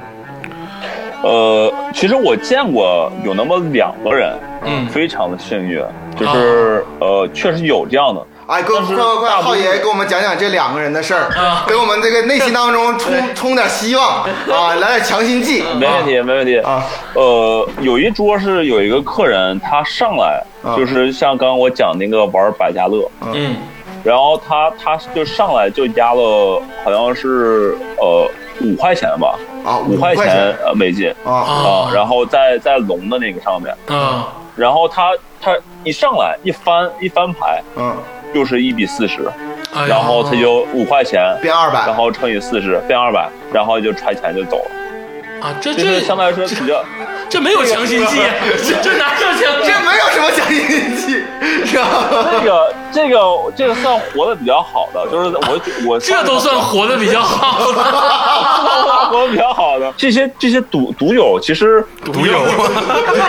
S5: 呃，其实我见过有那么两个人，
S1: 嗯
S5: 非常的幸运，就是、呃，确实有这样的。
S4: 哎，哥，快快快，浩爷给我们讲讲这两个人的事儿，给我们这个内心当 中充充点希望 啊，来点强心剂。
S5: 没问题，没问题
S4: 啊。
S5: 呃，有一桌是有一个客人，他上来
S4: 啊
S5: 就是像刚刚我讲那个玩百家乐，
S1: 嗯，
S5: 然后他他就上来就压了，好像是呃五块钱吧，
S4: 啊，
S5: 五
S4: 五
S5: 块
S4: 钱
S5: 钱呃美金
S4: 啊
S5: 啊
S1: 啊，，
S5: 然后在在龙的那个上面，
S1: 啊，
S5: 然后他他一上来一翻一翻牌
S4: 嗯，
S5: 就是一比四十，
S1: 哎呦
S5: 然后他就五块钱，
S4: 变二百
S5: 然，后乘以四十变二百，然后就揣钱就走了，
S1: 啊，这
S5: 就是
S1: 这
S5: 相对来说比较。
S1: 这没有强心剂，这这哪叫强？
S4: 这没有什么强心剂，是吧？
S5: 这个这个这个算活的比较好的，就是我我
S1: 这都算活的比较好的。
S5: 活的比较好的。这些这些赌赌友其实
S3: 独有。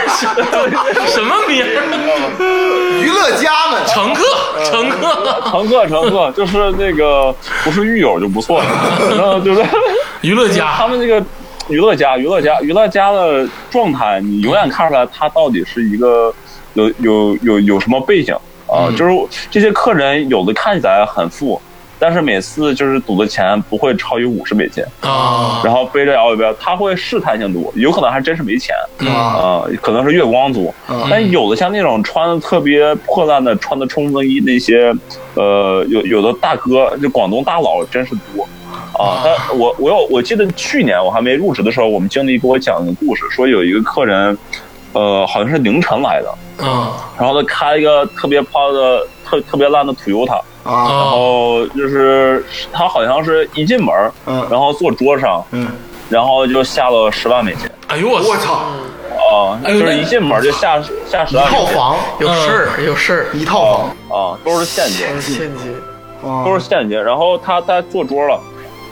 S1: 什么名儿？
S4: 娱乐家们，
S1: 乘客，乘客，
S5: 乘客乘客就是那个不是狱友就不 错了，然后就是
S1: 娱乐
S5: 他
S1: 家，
S5: 们这个娱乐家娱乐家娱乐家的状态，你永远看出来他到底是一个有有有有什么背景啊、
S1: 嗯
S5: 就是这些客人有的看起来很富。但是每次就是赌的钱不会超于五十美金，
S1: 啊，
S5: 然后背着摇一标，他会试探性赌，有可能还真是没钱，
S1: 嗯
S5: 啊、可能是月光族，但有的像那种穿的特别破烂的、穿的冲锋衣那些，呃，有有的大哥，就广东大佬真是多啊。他我我有我记得去年我还没入职的时候，我们经理给我讲一个故事，说有一个客人，呃，好像是凌晨来的，
S1: 啊
S5: 然后他开一个特别破的、特特别烂的 Toyota，
S4: 啊，
S5: 然
S1: 啊
S5: 后就是他好像是一进门，
S4: 嗯
S5: 然后坐桌上，
S4: 嗯，
S5: 然后就下了十万美金
S1: 哎呦我
S4: 我
S1: 操！
S4: 操，
S5: 啊，
S1: 哎呦
S5: 就是
S1: 那
S5: 一进门就下下十
S4: 一
S5: 万美
S4: 套
S5: 金。
S4: 房，
S2: 有事儿，有事儿，
S4: 一套房，
S5: 啊，都是现金，
S2: 现金。
S5: 都
S4: 啊
S5: 是现金。然后他他坐桌了，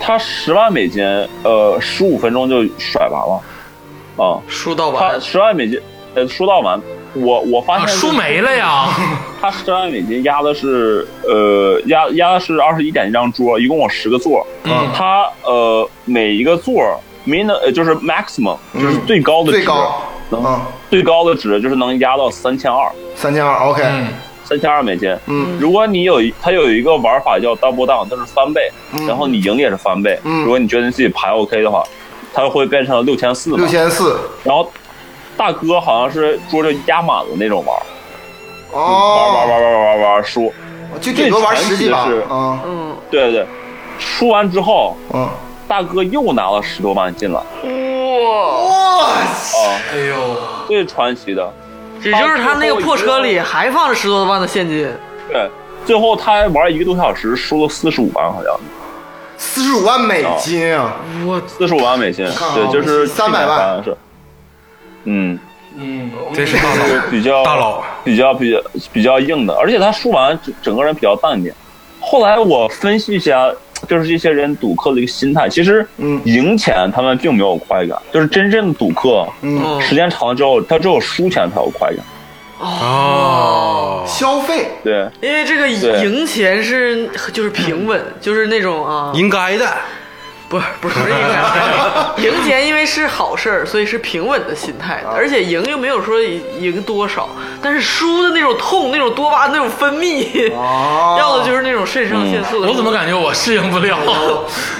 S5: 他十万美金，呃，十五分钟就甩完了，啊，
S2: 书到
S5: 他
S2: 完，
S5: 十万美金，呃，输到完。我我发
S1: 啊，
S5: 现
S1: 输没了呀！
S5: 他十万美金压的是呃压压的是二十一点一张桌，一共有十个座，
S1: 嗯
S5: 他呃每一个座 min 呃就是 maximum 就是
S1: 嗯
S5: 最高的值
S4: 最高，
S5: 能
S4: 嗯，
S5: 最高的值就是能压到三千二，
S4: 三千二，OK，
S1: 嗯
S5: 三千二美金。
S4: 嗯，
S5: 如果你有一，它有一个玩法叫 double down，它是翻倍，然后你赢也是翻倍。
S4: 嗯
S5: 如果你觉得你自己牌 OK 的话，它会变成六千四嘛
S4: 六。千四，
S5: 然后大哥好像是桌就压满了那种玩，玩玩
S4: 哦，
S5: 玩玩玩玩玩输，
S4: 就顶多玩十几把
S5: 最传奇的是
S4: 啊，
S2: 嗯，
S5: 对对对，输完之后，
S4: 嗯，
S5: 大哥又拿了十多万进来，
S2: 哇，
S4: 哇塞，
S5: 啊，
S1: 哎呦，
S5: 最传奇的，
S2: 也就是他那个破车里还放着十多万的现金，
S5: 对，最后他玩一个多小时，输了四十五万，好像
S4: 四十五万美金啊！
S1: 我
S5: 四十五万美金，
S4: 靠
S5: 对，就是
S4: 300万
S5: 去年好像是，嗯，
S1: 嗯，
S3: 真是大佬，
S5: 比较
S3: 大佬，
S5: 比较比较比较硬的，而且他输完整整个人比较淡定。后来我分析一下，就是这些人赌客的一个心态，其实
S4: 嗯
S5: 赢钱他们并没有快感，就是真正的赌客，
S4: 嗯，
S2: 嗯，
S5: 时间长了之后，他只有输钱才有快感。
S3: 哦，
S4: 消费
S5: 对，
S2: 因为这个
S5: 对
S2: 赢钱是就是平稳，就是那种啊，
S3: 应该的，
S2: 不是不是不是赢 钱，赢钱因为是好事儿，所以是平稳的心态，
S5: 啊
S2: 而且赢又没有说赢多少，但是输的那种痛，那种多巴胺那种分泌，
S4: 啊，
S2: 要的就是那种肾上腺素
S1: 嗯
S2: 的。
S1: 我怎么感觉我适应不了？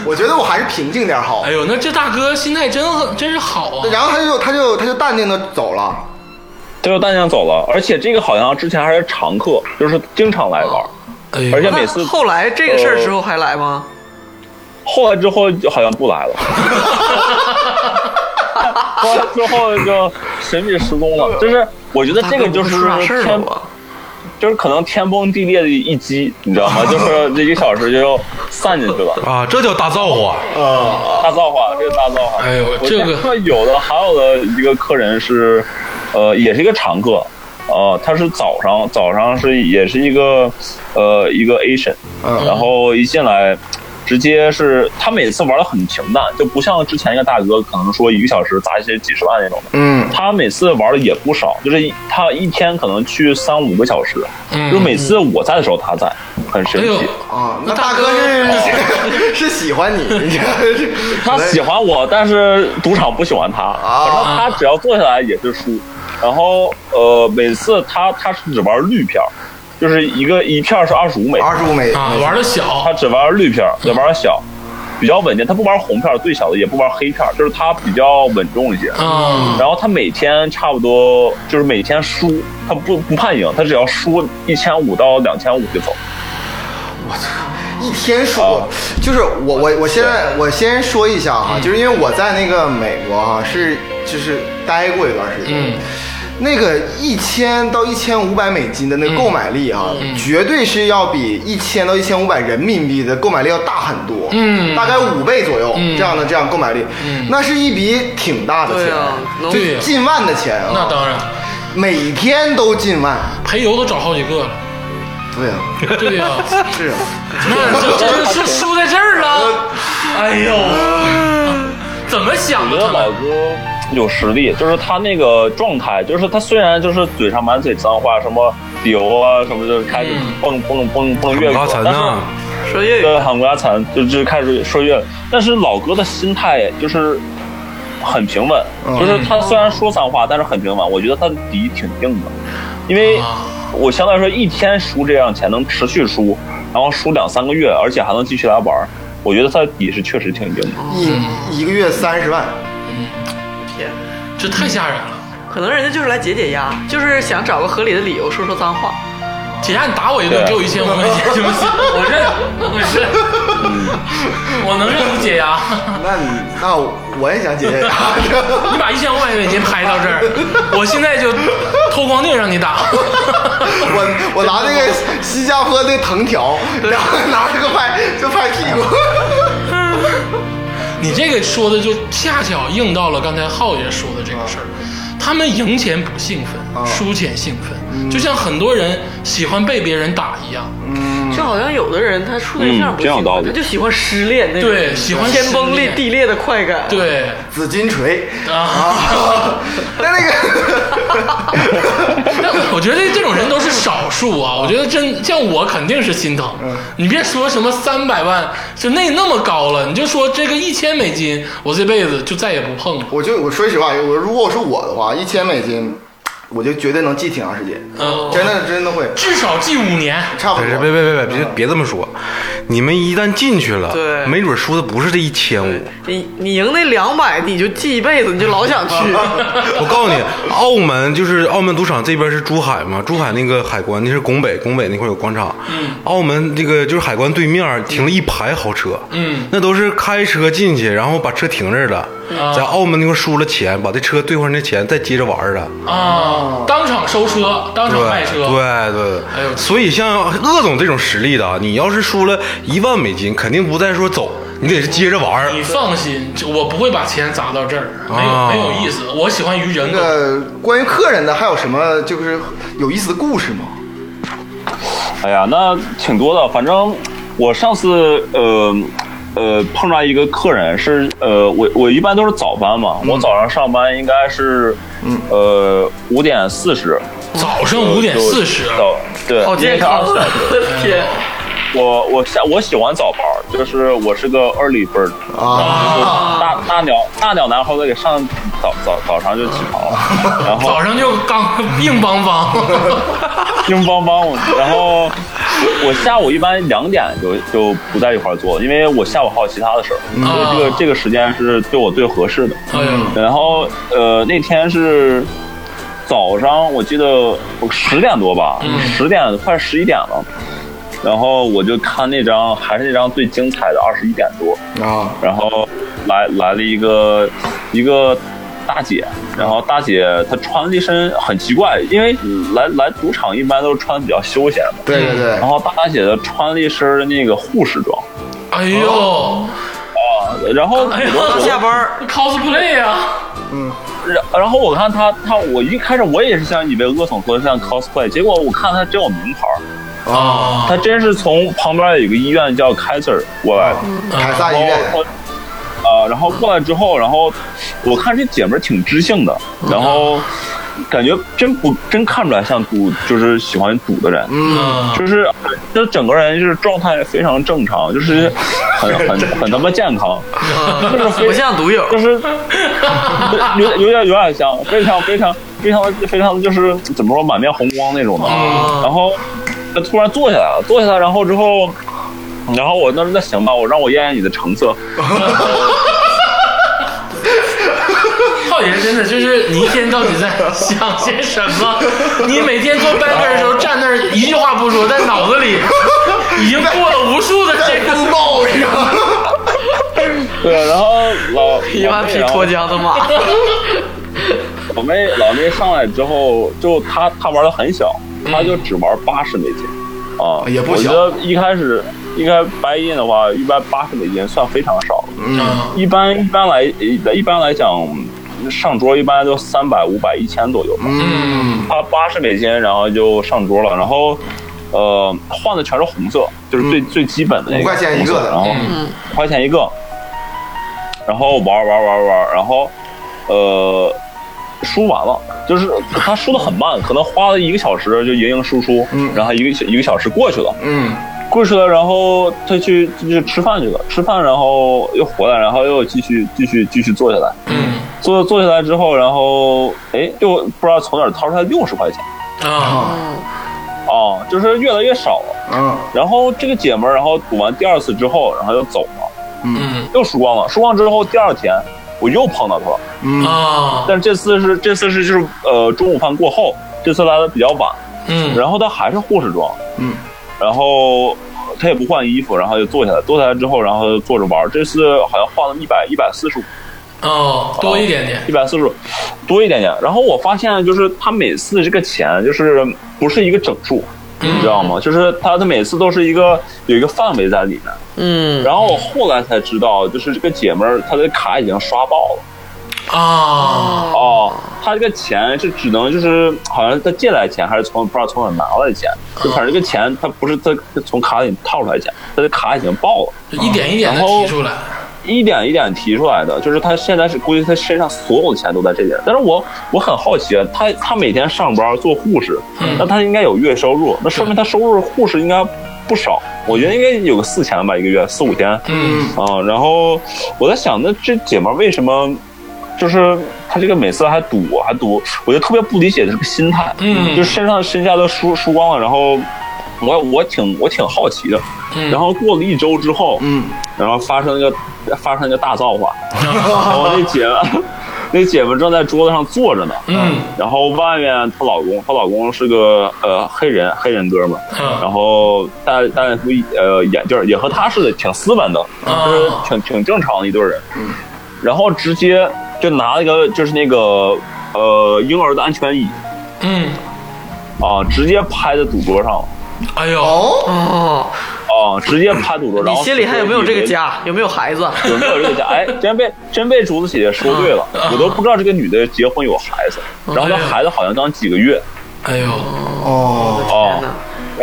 S4: 我觉得我还是平静点儿好
S1: 哎。呦，那这大哥心态真很真是好啊！
S4: 然后他就他就他就淡定的走了，
S5: 他就淡定走了，而且这个好像之前还是常客，就是经常来玩。
S1: 哎呦，
S5: 而且
S2: 那
S5: 每次
S2: 后来这个事儿之后还来吗？
S5: 后来之后就好像 不来了，后来之后就神秘失踪了。就是我觉得这个就是
S2: 大哥不出啥事儿
S5: 天
S2: 了，吧？
S5: 就是可能天崩地裂的一击，你知道吗？就是这一个小时就散进去了，
S3: 啊，这叫大造化，
S4: 嗯
S5: 大造化，这个大造化。
S1: 哎呦，
S5: 我
S1: 这
S5: 见
S1: 个
S5: 过有的还有的一个客人是，呃，也是一个常客，呃，他是早上早上是也是一个呃一个 Asian，
S4: 嗯
S5: 然后一进来。直接是他每次玩的很平淡，就不像之前一个大哥可能说一个小时砸一些几十万那种的。
S4: 嗯，
S5: 他每次玩的也不少，就是一他一天可能去三五个小时，
S1: 嗯
S5: 就每次我在的时候他在，很神
S1: 哎呦
S5: 奇。，
S4: 啊，那
S1: 那大
S4: 大
S1: 哥
S4: 哥是 是喜欢你，你这是
S5: 他喜欢我，但是赌场不喜欢他。反正他只要坐下来也是输。然后呃，每次他他是只玩绿票，就是一个一票是二十五美，
S4: 二十五美，
S1: 啊，玩的小
S5: 他，只玩绿票，只玩小，比较稳健。他不玩红票，最小的也不玩黑票，就是他比较稳重一些。
S1: 嗯，
S5: 然后他每天差不多就是每天输，他不不判赢，他只要输一千五到两千五就走。
S4: 一天说
S1: 哦
S5: 啊，
S4: 就是我我我现在我先说一下
S1: 嗯
S4: 哈，就是因为我在那个美国哈是就是待过一段时间，
S1: 嗯
S4: 那个一千到一千五百美金的那个购买力啊，
S1: 嗯
S4: 绝对是要比一千到一千五百人民币的购买力要大很多，
S1: 嗯
S4: 大概五倍左右、
S1: 嗯
S4: 这样的这样购买力，
S1: 嗯
S4: 那是一笔挺大的
S2: 对
S4: 钱，
S2: 啊，能
S1: 对呀
S4: 近万的钱啊，
S1: 那当然，
S4: 每天都近万，
S1: 陪油都找好几个了，
S4: 对 啊，
S1: 对呀、
S4: 是啊，
S1: 那这这这是输在这嗯儿了，哎呦，怎么想
S5: 我
S1: 的
S5: 觉
S1: 他
S5: 得老
S1: 们？
S5: 哥有实力，就是他那个状态，就是他虽然就是嘴上满嘴脏话，什么丢啊什么，就是开始
S1: 嗯
S5: 蹦蹦蹦蹦粤语
S3: 拉
S5: 了，
S3: 陈
S5: 但是
S3: 呐，
S2: 说粤语
S5: 对喊国家惨，就就开始说粤语，但是老哥的心态就是很平稳，
S1: 嗯
S5: 就是他虽然说脏话，但是很平稳。我觉得他的底挺硬的，因为
S1: 啊
S5: 我相对来说一天输这样钱能持续输，然后输两三个月，而且还能继续来玩儿，我觉得他的底是确实挺硬的。
S1: 嗯
S4: 一一个月三十万，
S2: 天，
S1: 这太吓人了，
S2: 可能人家就是来解解压，就是想找个合理的理由说说脏话。
S1: 姐家你打我一顿，
S5: 对
S1: 给我一千五块钱行不行？我认，我认，我能认你解压。
S4: 那你那我也想解解压。
S1: 你把一千五百美金拍到这儿，我现在就偷光腚让你 打。
S4: 我我拿那个新加坡那藤条，然后拿这个拍就拍屁股。
S1: 你这个说的就恰巧应到了刚才浩爷说的这个事儿，他们赢钱不兴奋，输钱兴奋，就像很多人喜欢被别人打一样。
S2: 就好像有的人他处对象
S5: 嗯
S2: 不
S5: 真有
S2: 喜
S5: 道
S2: 欢，
S5: 理
S2: 他就喜欢失恋那种，
S1: 对喜欢
S2: 天崩
S1: 失
S2: 裂
S1: 恋
S2: 地裂的快 感。，
S1: 对
S4: 紫金锤，
S1: 啊，
S4: 但那个
S1: 但我觉得这种人都是少数啊。我觉得真像我肯定是心疼。
S4: 嗯
S1: 你别说什么三百万，就那那么高了，你就说这个一千美金，我这辈子就再也不碰了。
S4: 我就我说实话，我如果是我的话，一千美金，我就绝对能记挺长时间，
S1: 嗯，
S4: 真的真的会，
S1: 至少记五年。
S4: 差不
S3: 哦别别
S4: 多。
S3: 别别别别别这么说，你们一旦进去了，
S2: 对
S3: 没准输的不是这一千五。
S2: 你你赢那两百，你就记一辈子，你就 老想去。
S3: 我告诉你，澳门就是澳门赌场这边是珠海嘛，珠海那个海关那是拱北，拱北那块有广场。嗯，澳门这个就是海关对面停了一排豪车。
S1: 嗯，
S3: 那都是开车进去，然后把车停这儿了，在澳门那块输了钱，把这车兑换成钱，再接着玩儿了。
S4: 哦
S1: 啊，当场收车，当场
S3: 对
S1: 卖车，
S3: 对对对，
S1: 哎呦
S3: 所以像鄂总这种实力的啊，你要是输了一万美金，肯定不再说走，你得是接着玩儿
S1: 你放心，这我不会把钱砸到这儿，没有、
S3: 啊
S1: 没有意思。我喜欢于人
S4: 那
S1: 格，
S4: 个关于客人的还有什么就是有意思的故事吗？
S5: 哎呀，那挺多的。反正我上次呃呃碰上一个客人是呃我我一般都是早班嘛，我早上上班应该是、呃五点四十，
S1: 早上五点四十，啊
S5: 到对，
S2: 好健康，我的天！
S5: 我我下我喜欢早班，就是我是个 early bird，
S4: 啊，
S5: 就大大鸟大鸟男孩子给上早早早上就起床了，然后
S1: 早上就刚 硬邦邦，
S5: 乒乓乓，然后我下午一般两点就就不在一块儿做，因为我下午还有其他的事儿，所以这个这个时间是对我最合适的。
S4: 嗯
S1: 哎呦，
S5: 然后呃那天是早上，我记得我十点多吧，十、点快十一点了，然后我就看那张还是那张最精彩的二十一点多，
S4: 啊，
S5: 然后来来了一个一个大姐，然后大姐她穿了一身很奇怪，因为来来赌场一般都是穿的比较休闲嘛，
S4: 对对对
S5: 然，后大姐她穿了一身那个护士装，
S1: 哎
S4: 哦
S1: 呦
S5: 啊，然后我
S1: 哎呀
S5: 就我
S2: 刚下班儿，
S1: ，cosplay 啊，
S5: 然然后我看她她我一开始我也是像以为恶总说的像 cosplay，结果我看她真有名牌儿，
S1: 啊，
S5: 她真是从旁边有一个医院叫凯瑟尔过来的。
S4: 凯撒医
S5: 然
S4: 院
S5: 后，呃，然后过来之后，然后我看这姐们儿挺知性的，
S4: 嗯
S5: 然后感觉真不真看不出来像赌，就是喜欢赌的人，
S1: 嗯，
S5: 就是就整个人就是状态非常正常，就是很 很很他妈健康，就是非
S2: 不像毒友，
S5: 就是有有点有点像，非常非常非常非常的就是怎么说满面红光那种的。
S4: 嗯
S5: 然后他突然坐下来了，坐下来，然后之后，然后我那那行吧，我让我验验你的成色。
S1: 浩爷真的就是你一天到底在想些什么？你每天做 banker 的时候站那儿一句话不说，但脑子里已经过了无数的这个
S4: 风暴是吧？
S5: 对，然后老
S2: 一万匹脱缰的马，
S5: 老妹老妹上来之后，就她她玩的很小，
S2: 嗯
S5: 她就只玩八十美金，啊，
S4: 也不
S5: 我觉
S4: 小
S5: 得一开始应该白银的话，一般八十美金算非常少了。
S1: 嗯
S5: 一般一般来呃一般来讲，上桌一般都三百、五百、一千左右吧。
S1: 嗯
S5: 八八十美金，然后就上桌了，然后。呃，换的全是红色，就是最、最基本的那个
S4: 嗯五块钱一个的
S5: 红色然后
S2: 嗯
S5: 五块钱一个，然后玩玩玩玩，然后呃输完了，就是他输的很慢，可能花了一个小时就赢赢输输，然后一个一个小时过去了，
S4: 嗯，
S5: 过去了，然后他去就吃饭去了，吃饭然后又回来，然后又继续继续继续坐下来，
S1: 嗯
S5: 坐坐下来之后，然后哎又不知道从哪儿掏出来六十块钱。
S1: 啊，
S5: 哦，就是越来越少了。
S4: 嗯，
S5: 然后这个姐们儿，然后赌完第二次之后，然后又走了，
S1: 嗯
S5: 又输光了。输光之后，第二天我又碰到她了，
S4: 嗯
S1: 啊，
S5: 但是这次是这次是就是呃中午饭过后，这次来的比较晚，
S1: 嗯
S5: 然后她还是护士装，
S4: 嗯，
S5: 然后她也不换衣服，然后就坐下来，坐下来之后，然后就坐着玩儿。这次好像换了一百一百四十五，
S1: 哦，多一点点，
S5: 一百四十多一点点。然后我发现，就是他每次这个钱就是不是一个整数，你知道吗？就是他他每次都是一个有一个范围在里面。
S2: 嗯，
S5: 然后我后来才知道，就是这个姐们儿她的卡已经刷爆了
S1: 啊，
S5: 哦，她这个钱是只能就是好像是她借来的钱，还是从不知道从哪儿拿来的钱，就反正这个钱她不是她从卡里套出来的钱，她的卡已经爆了。
S1: 一点一点的
S5: 然后
S1: 提出来，
S5: 一点一点提出来的，就是他现在是估计他身上所有的钱都在这点。但是我我很好奇啊，他他每天上班做护士，那他应该有月收入，那说明他收入护士应该不少。我觉得应该有个四千吧，一个月四五千。
S1: 嗯
S5: 啊，然后我在想，那这姐们儿为什么？就是他这个每次还赌还赌，我就特别不理解这个心态，
S1: 嗯
S5: 就身上身家都输输光了，然后我我挺我挺好奇的。
S1: 嗯
S5: 然后过了一周之后，
S4: 嗯，
S5: 然后发生一个发生一个大造化，然后那姐们那姐们正在桌子上坐着呢，
S1: 嗯
S5: 然后外面她老公，她老公是个呃黑人黑人哥们儿，
S1: 嗯
S5: 然后戴戴副呃眼镜儿，也和她似的，挺斯文的，
S1: 啊
S5: 就是挺挺正常的一对人。
S2: 嗯
S5: 然后直接就拿了一个就是那个呃婴儿的安全椅
S1: 嗯，
S5: 啊，直接拍在赌桌上了
S1: 哎呦，
S4: 哦，
S2: 哦，
S5: 啊，直接拍赌桌。然
S2: 你
S5: 后
S2: 心里还有没有这
S5: 以
S2: 个
S5: 为
S2: 家？有没有孩子？
S5: 有没有这个家？哎，真被真被竹子姐姐说对了，
S2: 啊
S5: 我都不知道这个女的结婚有孩子，
S2: 嗯
S5: 然后她
S2: 哎
S5: 孩子好像刚几个月
S1: 哎呦，
S4: 哦，
S5: 啊
S2: 天，哪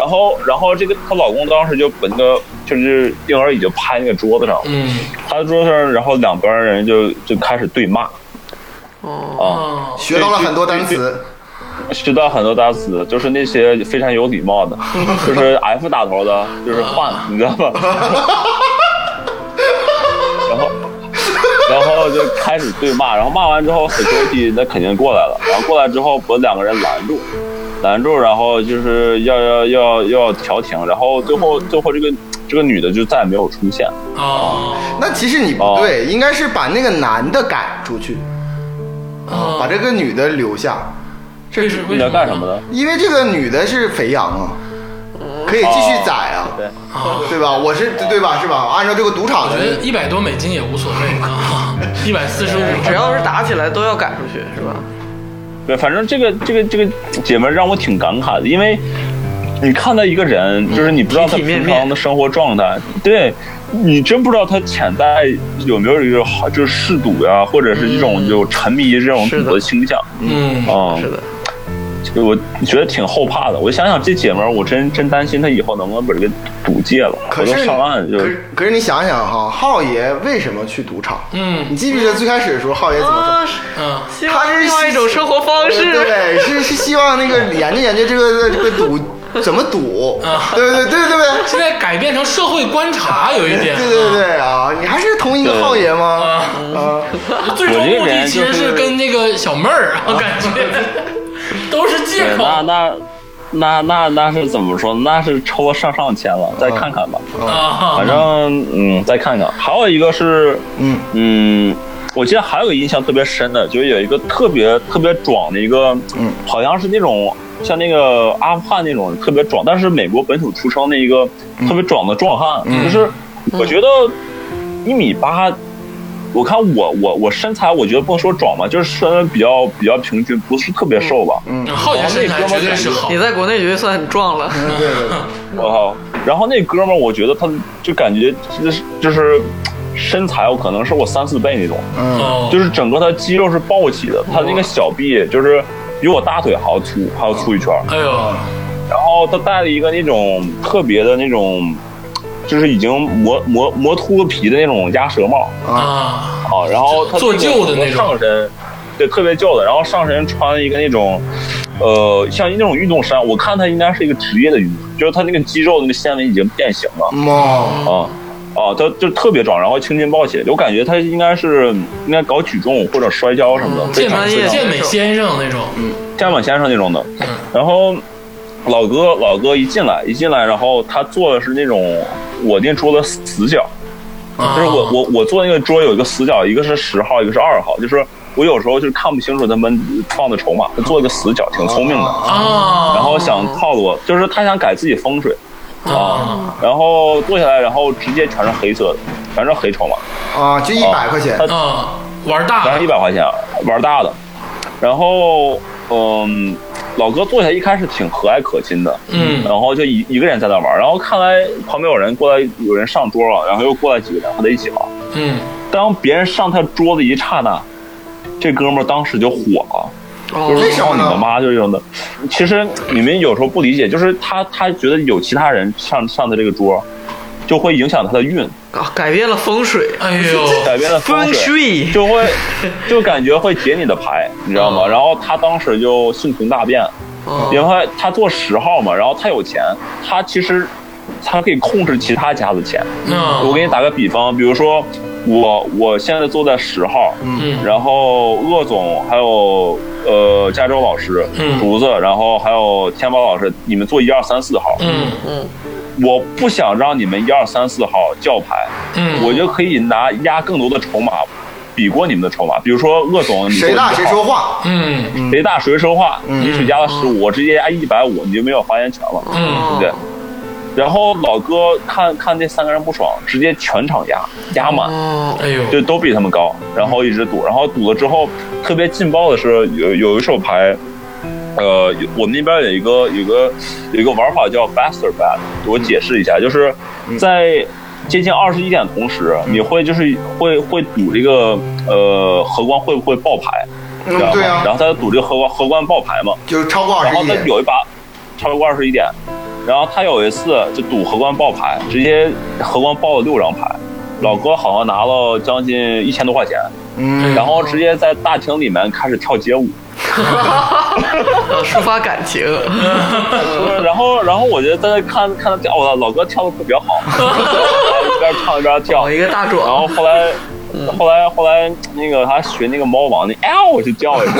S5: 然后然后这个她老公当时就把那个就是婴儿椅就拍那个桌子上，
S1: 嗯
S5: 拍桌子上，然后两边人就就开始对骂
S2: 哦，
S5: 啊，
S1: 哦，
S4: 学到了很多单词，
S5: 知道很多单词，就是那些非常有礼貌的，就是 F 打头的，就是换，你知道吗？ 然后，然后就开始对骂，然后骂完之后，security 那肯定过来了，然后过来之后把两个人拦住，拦住，然后就是要要要要调停，然后最后最后这个这个女的就再也没有出现，
S1: 哦，
S4: 那其实你不对，应该是把那个男的赶出去，啊
S1: 哦
S4: 把这个女的留下，
S1: 这是为
S5: 你要干什么呢？
S4: 因为这个女的是肥羊啊，
S1: 嗯
S4: 可以继续宰啊，
S5: 对，
S1: 啊？
S4: 对吧？我是对吧？是吧？按照这个赌场
S1: 我觉得
S4: 的，
S1: 一百多美金也无所谓啊，一百四十五，
S2: 哎只要是打起来都要赶出去，是吧？
S5: 对，反正这个这个这个姐们儿让我挺感慨的，因为你看到一个人，就是你不知道
S2: 体
S5: 他
S2: 体面
S5: 平
S2: 面
S5: 常的生活状态，对你真不知道他潜在有没有一个好就是嗜赌呀、或者是这种有沉迷于这种
S2: 嗯是的
S5: 赌的倾向
S1: 嗯，
S5: 啊、
S2: 是的，
S5: 就我觉得挺后怕的。我想想这姐们儿，我真真担心她以后能不能把这个赌戒了。
S4: 可
S5: 我
S4: 是
S5: 都上岸就
S4: 可是可是你想想哈，浩爷为什么去赌场？
S1: 嗯
S4: 你记不记得最开始的时候，浩爷怎么说？
S2: 啊，是
S1: 嗯，
S2: 希望是另外一种生活方式。
S4: 对，是是希望那个研究研究这个这个赌怎么赌，
S1: 嗯
S4: 对对对对对。
S1: 现在改变成社会观察有一
S4: 对
S1: 点，
S4: 对对啊！你还是同一个浩爷吗？
S1: 嗯
S4: 啊，
S1: 最终目的其实是跟那个小妹儿啊，我感觉 都是借
S5: 对，
S1: 口
S5: 那那那那那是怎么说？那是抽了上上签了，再
S2: 嗯
S5: 看看吧。
S1: 啊
S5: 反正嗯，再看看。还有一个是，
S4: 嗯
S5: 嗯，我记得还有一个印象特别深的，就是有一个特别特别壮的一个，
S4: 嗯，
S5: 好像是那种像那个阿富汗那种特别壮，但是美国本土出生的一个
S4: 嗯
S5: 特别壮的壮汉，就是我觉得一米八。我看我我我身材，我觉得不能说壮吧，就是身材比较比较平均，不是特别瘦吧。
S1: 浩爷身材绝对是好
S2: 你，在国内绝对算很壮了，
S4: 对对对，
S5: 我靠！然后那哥们儿，我觉得他就感觉就是就是身材，我可能是我三四倍那种，
S4: 嗯，
S1: 哦，
S5: 就是整个他肌肉是暴起的，他那个小臂就是比我大腿还要粗，还要粗一圈儿。
S1: 哎呦，
S5: 然后他戴了一个那种特别的那种，就是已经磨磨磨秃了皮的那种鸭舌帽
S1: 啊，
S5: 啊，然后他
S1: 做旧的那种
S5: 上身，对，特别旧的，然后上身穿了一个那种。呃，像那种运动衫，我看他应该是一个职业的运动，就是他那个肌肉的那个纤维已经变形了，
S4: 哇，
S5: 啊啊，他就特别壮，然后青筋暴起，我感觉他应该是应该搞举重或者摔跤什么的，
S1: 嗯
S5: 非
S1: 健
S5: 常
S1: 美
S5: 非常
S1: 健美先生那种，
S5: 加满先生那种的。然后老哥老哥一进来一进来，然后他坐的是那种我那桌的死角，
S1: 啊
S5: 就是
S1: 哦
S5: 我我我坐那个桌有一个死角，一个是十号，一个是二号，就是我有时候就是看不清楚他们放的筹码，他坐一个死角，挺聪明的。
S1: 啊，
S5: 然后想套路我，就是他想改自己风水啊，然后坐下来，然后直接全是黑色的，全是黑筹码，
S4: 啊，就一
S5: 哦
S4: 百块钱，
S1: 啊，玩
S5: 全
S1: 大
S5: 是一百块钱啊玩大的，然后嗯。老哥坐下一开始挺和蔼可亲的，
S1: 嗯
S5: 然后就一一个人在那玩，然后看来旁边有人过来，有人上桌了，然后又过来几个人和他一起玩。
S1: 嗯，
S5: 当别人上他桌子一刹那，这哥们儿当时就火了，
S2: 哦
S4: 为什么
S5: 你的
S4: 呢？
S5: 妈就是这种的。其实你们有时候不理解，就是他他觉得有其他人上上他这个桌，就会影响他的运，
S2: 啊改变了风水，
S1: 哎 呦，
S5: 改变了风
S2: 风
S5: 水，
S2: 水
S5: 就会就感觉会解你的牌，你知道
S1: 嗯
S5: 吗？然后他当时就性情大变，
S2: 哦
S5: 因为他做十号嘛，然后他有钱，他其实他可以控制其他家的钱。
S1: 那
S5: 我给你打个比方，比如说我我现在坐在十号，
S1: 嗯
S5: 然后鄂总还有呃加州老师、
S1: 嗯
S5: 竹子，然后还有天宝老师，你们做一二三四号，
S1: 嗯
S5: 我不想让你们一二三四号叫牌，
S1: 嗯，
S5: 我就可以拿压更多的筹码，比过你们的筹码。比如说鄂总，你做
S4: 谁大
S5: 一号
S4: 谁嗯说话，
S1: 嗯
S5: 谁大谁说话，你只压了十五，我直接压一百五，你就没有发言权了，
S4: 嗯
S5: 对
S2: 哦
S5: 不对？然后老哥看看这三个人不爽，直接全场压压满，
S2: 哦，
S1: 哎呦，
S5: 就都比他们高，然后一直赌，然后赌了之后特别劲爆的是有有一手牌，呃，有我们那边有一个有一个有一个玩法叫 Bastard Bet，我解释一下，就是
S4: 嗯
S5: 在接近二十一点同时，你会就是会会赌这个呃荷官会不会爆牌，
S4: 嗯
S5: 知道吗
S4: 对啊
S5: 然后他赌这个荷官荷官爆牌嘛，
S4: 就是超过二
S5: 然
S4: 十
S5: 后
S4: 一
S5: 他
S4: 点，
S5: 有一把超过二十一点，然后他有一次就赌荷官爆牌，直接荷官爆了六张牌，老哥好像拿了将近一千多块钱，
S4: 嗯，
S5: 然后直接在大厅里面开始跳街舞，
S2: 要抒发感情，
S5: 然后然后我就在那看看他跳，我操，老哥跳的特别好，一边唱一边跳
S2: 搞，哦一个大
S5: 然
S2: 壮，
S5: 后后来。后来，后来那个他学那个猫王，那哎呦我就叫一声，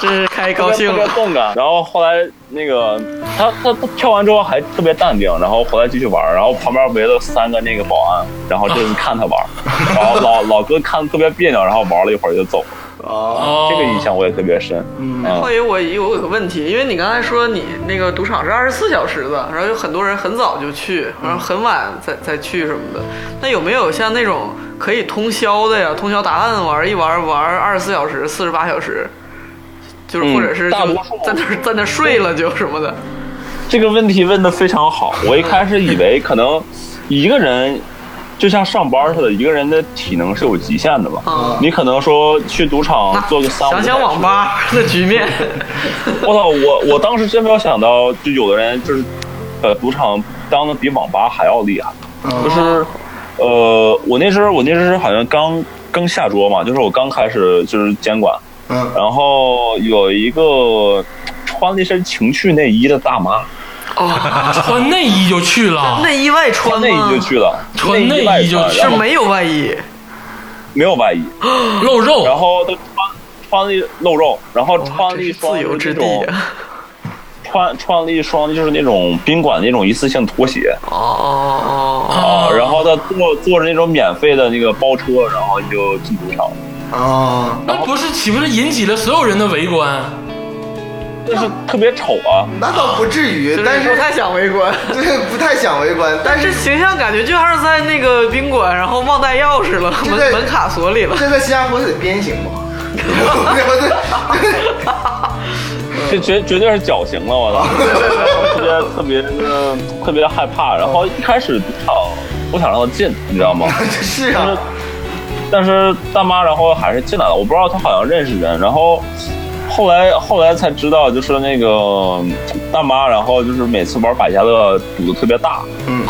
S2: 真是开高兴
S5: 特别
S2: 了。
S5: 动感。啊然后后来那个他他他跳完之后还特别淡定，然后回来继续玩儿，然后旁边围了三个那个保安，然后就是看他 玩儿，然后老老哥看特别别扭，然后玩了一会儿就走了。
S4: 啊，
S1: 哦
S5: 这个印象我也特别
S2: 哦
S5: 深。嗯，
S2: 浩宇， 我有个问题，因为你刚才说你那个赌场是二十四小时的，然后有很多人很早就去，然后很晚再再去什么的，那有没有像那种可以通宵的呀？通宵达旦玩一玩，玩二十四小时、四十八小时，就是
S5: 嗯
S2: 或者是就
S5: 大多数
S2: 在那儿在那儿睡了就什么的。
S5: 这个问题问的非常好，我一开始以为可能一个人就像上班似的，一个人的体能是有极限的吧？
S2: 嗯
S5: 你可能说去赌场
S2: 那
S5: 哦做个三五
S2: 想
S5: 个小
S2: 想
S5: 时
S2: 网吧的局面，
S5: 我操！我我当时真没有想到，就有的人就是，呃，赌场当的比网吧还要厉害。
S4: 嗯
S5: 就是，呃，我那时候我那时候好像刚刚下桌嘛，就是我刚开始就是监管，
S4: 嗯，
S5: 然后有一个穿了一身情趣内衣的大妈，
S2: 哦，
S1: 穿啊内衣就去了，
S2: 内衣外穿
S5: 穿
S2: 吗？
S5: 内衣就去了，
S1: 穿
S5: 内
S1: 内衣
S5: 外
S1: 就
S5: 穿
S1: 去
S5: 然
S2: 是
S5: 后
S2: 没有外衣，
S5: 没有外衣，
S1: 露肉，
S5: 然后她穿穿了一露肉，然后穿
S2: 哦
S5: 了
S2: 这
S5: 一
S2: 是
S5: 双
S2: 自由之地啊
S5: 那种
S2: 呀。
S5: 穿穿了一双就是那种宾馆那种一次性拖鞋，
S2: 哦哦哦，
S5: 啊，然后他坐坐着那种免费的那个包车，然后就进赌场。
S4: 啊，
S1: 那不是岂不是引起了所有人的围观？
S5: 但是特别丑啊，
S4: 那倒不至于，
S2: 不
S4: 但是
S2: 太想围观。
S4: 对不太想围观，但
S2: 但是
S4: 是
S2: 形象感觉就像是在那个宾馆，然后忘带钥匙了，
S4: 对
S2: 门门卡锁里了。
S4: 这在新加坡是得鞭刑吧？对不对？
S5: 这绝绝对是绞刑了，我操！特别特别的特别害怕。然后一开始赌场不想让他进，你知道吗？
S4: 是
S5: 但是
S4: 啊，
S5: 但是大妈然后还是进来了，我不知道她好像认识人，然后。后来后来才知道，就是那个大妈，然后就是每次玩百家乐赌的特别大，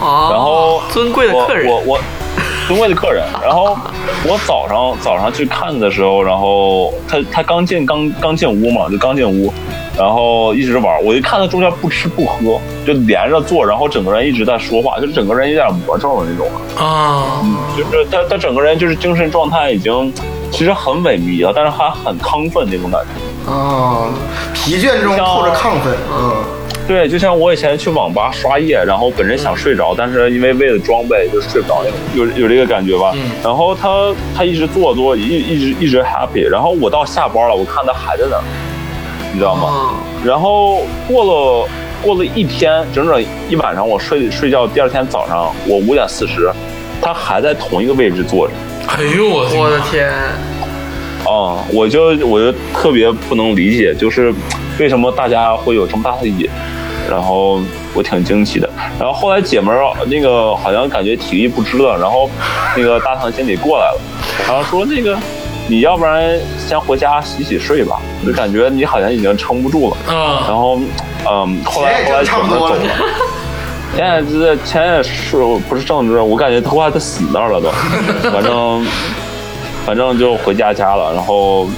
S2: 哦，
S5: 然后
S2: 尊贵的客人
S5: 我我我尊贵的 客人。然后我早上早上去看的时候，然后他他刚进刚刚进屋嘛，就刚进屋，然后一直玩。我一看他中间不吃不喝，就连着坐，然后整个人一直在说话，就整个人有点魔怔的那种，
S1: 啊，
S5: 就是他他整个人就是精神状态已经其实很萎靡了，但是还很亢奋那种感觉。
S4: 啊，疲倦中透着亢奋，嗯。
S5: 对，就像我以前去网吧刷夜，然后本身想睡着，但是因为为了装备就睡不着，有有这个感觉吧。
S1: 嗯
S5: 然后他他一直做多，一一直一直 happy，然后我到下班了，我看他还在那儿，你知道吗？
S2: 嗯
S5: 然后过了过了一天，整整一晚上，我睡睡觉，第二天早上我五点四十，他还在同一个位置坐着。
S1: 哎呦我
S2: 我
S1: 天
S2: 的天，
S5: 啊、我就我就特别不能理解，就是为什么大家会有这么大的瘾，然后我挺惊奇的。然后后来姐们儿啊那个好像感觉体力不支了，然后那个大堂经理过来了，然后说那个你要不然先回家洗洗睡吧，就感觉你好像已经撑不住了。然
S1: 啊！
S5: 后嗯，后来
S4: 钱也
S5: 后
S4: 挣
S5: 来
S4: 差
S5: 姐
S4: 不
S5: 们儿
S4: 多
S5: 走
S4: 了
S5: 了。现在这钱也是不是政治，我感觉他快他死那儿 了都，反正反正就回家家了。然后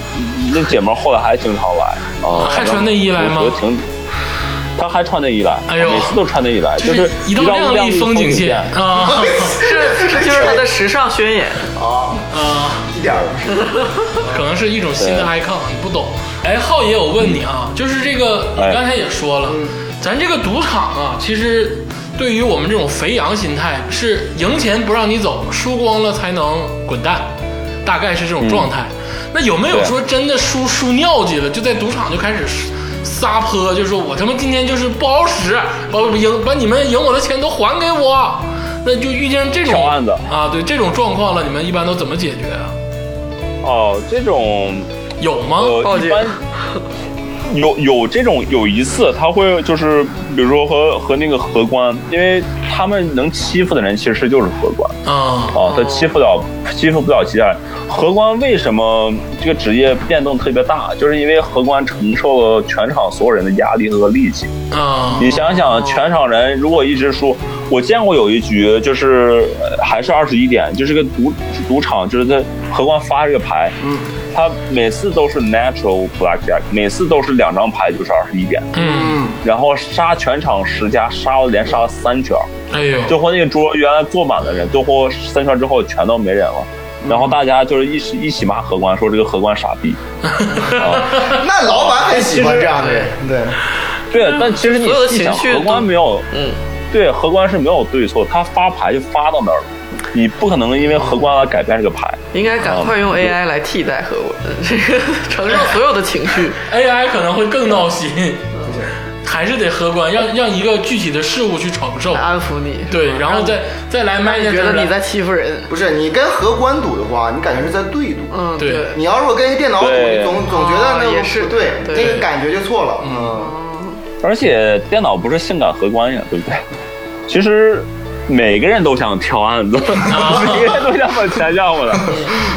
S5: 那姐们儿后来还经常来啊，
S1: 还
S5: 反正
S1: 穿内衣来吗
S5: 我觉得挺，她还穿内衣来，
S1: 哎呦
S5: 每次都穿内衣来，
S1: 这
S5: 就是
S1: 一道亮
S5: 亮
S1: 丽
S5: 风
S1: 风景
S5: 线
S1: 线。啊
S2: 这这就是他的时尚宣言。
S1: 啊！
S4: 点儿了。
S1: 可能是一种新的 icon，你不懂。哎，浩爷，我问你啊，就是这个，你
S5: 嗯哎
S1: 刚才也说了，咱这个赌场啊，其实对于我们这种肥羊心态，是赢钱不让你走，输光了才能滚蛋，大概是这种状
S5: 嗯
S1: 态。那有没有
S5: 对
S1: 说真的输输尿急了，就在赌场就开始撒泼，就说我他妈今天就是不好使，把我赢把你们赢我的钱都还给我。那就遇见这种
S5: 挑案子
S1: 啊，对这种状况了，你们一般都怎么解决啊？
S5: 哦，这种
S1: 有吗？
S2: 报
S5: 呃，
S2: 警
S5: 一般有有这种有一次，他会就是比如说和和那个荷官，因为他们能欺负的人其实就是荷官
S1: 啊、
S5: 啊，他欺负了欺负不了其他人。荷官为什么这个职业变动特别大？就是因为荷官承受了全场所有人的压力和戾气。
S1: 啊，
S5: 你想想，全场人如果一直输，我见过有一局就是呃还是二十一点，就是个赌赌场，就是他荷官发这个牌，嗯，他每次都是 natural blackjack，每次都是两张牌就是二十一点，
S1: 嗯，
S5: 然后杀全场十家，杀了连杀了三圈儿，
S1: 哎呦，
S5: 最后那个桌原来坐满了人，最后三圈之后全都没人了。然后大家就是一起一起骂荷官，说这个荷官傻逼。啊，
S4: 那老板很喜欢这样的人，对，
S5: 对，但其实你
S2: 嗯所有的
S5: 细想，
S2: 情绪
S5: 荷
S2: 都
S5: 官没有，
S2: 嗯，
S5: 对，荷官是没有对错，他发牌就发到那儿了，你不可能因为荷官而改变这个牌。
S2: 应该赶快用 AI 来替代和我 这个承受所有的情绪。
S1: AI 可能会更闹心，还是得荷官，让让一个具体的事物去承受
S2: 来，安抚你，
S1: 对，然后再再来卖一下
S2: 啊觉
S1: 这
S2: 得
S1: 个
S2: 你在欺负人，
S4: 不是你跟荷官赌的话，你感觉是在对赌。
S2: 嗯，
S1: 对
S2: 对，
S4: 你要如果跟一电脑赌，
S5: 对
S4: 你总总觉得那
S2: 哦
S4: 个
S2: 也是
S4: 不对，
S2: 对
S4: 那个感觉就错了。嗯，
S5: 而且电脑不是性感荷官呀，对不对？ 其实每个人都想挑案子，每个人都想把钱要回来，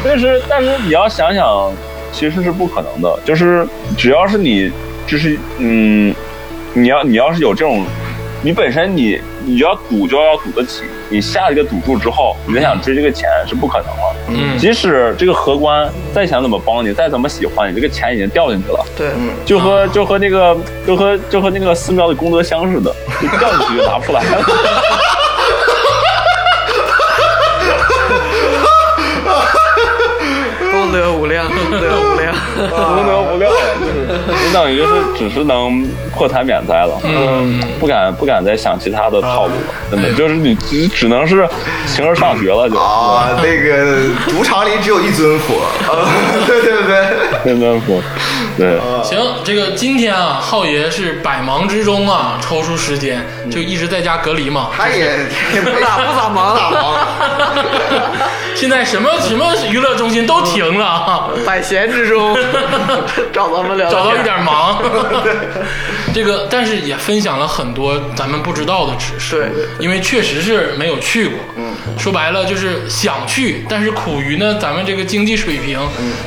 S5: 但是但是你要想想，其实是不可能的。就是只要是你，就是嗯，你要你要是有这种，你本身你你要赌就要赌得起，你下一个赌注之后，你再想追这个钱是不可能了。
S1: 嗯
S5: 即使这个荷官再想怎么帮你，再怎么喜欢你，这个钱已经掉进去了。
S2: 对，
S5: 就和就和那个就和就和那个寺庙的功德箱似的，就掉进去就拿不出来了。
S2: 功德无量，功德无量。
S5: 功德无量，就是就等于是只是能破财免灾了。
S1: 嗯，
S5: 不敢不敢再想其他的套路了，真的就是你只只能是形而上学了，就
S4: 啊，那个 赌场里只有一尊佛，啊 对对对。
S5: 真的不，对，
S1: 行，这个今天啊，浩爷是百忙之中啊抽出时间，就一直在家隔离嘛。
S4: 他也 也不啊
S2: 不咋不咋忙，
S4: 咋忙，
S1: 现在什么什么娱乐中心都停了啊，
S2: 百闲之中找咱们聊，
S1: 找到一，点 忙。这个，但是也分享了很多咱们不知道的知识。
S2: 对，
S1: 因为确实是没有去过，嗯，说白了就是想去，但是苦于呢咱们这个经济水平，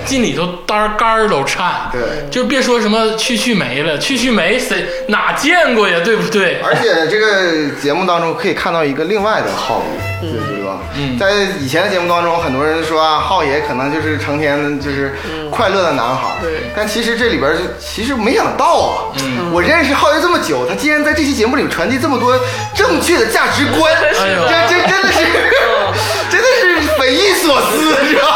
S1: 进里头单儿杆儿都颤，
S4: 对
S1: 就别说什么去去没了，去去没谁哪见过呀，对不对？
S4: 而且这个节目当中可以看到一个另外的浩爷，对对吧？嗯，在以前的节目当中，很多人说啊，浩爷可能就是成天就是快乐的男孩儿，
S2: 对
S4: 但其实这里边儿是其实没想到啊，嗯，我认识浩爷这么久，他竟然在这期节目里传递这么多正确的价值观，
S1: 是的
S4: 这这真的是，嗯 真的是匪夷所思，你知道吗？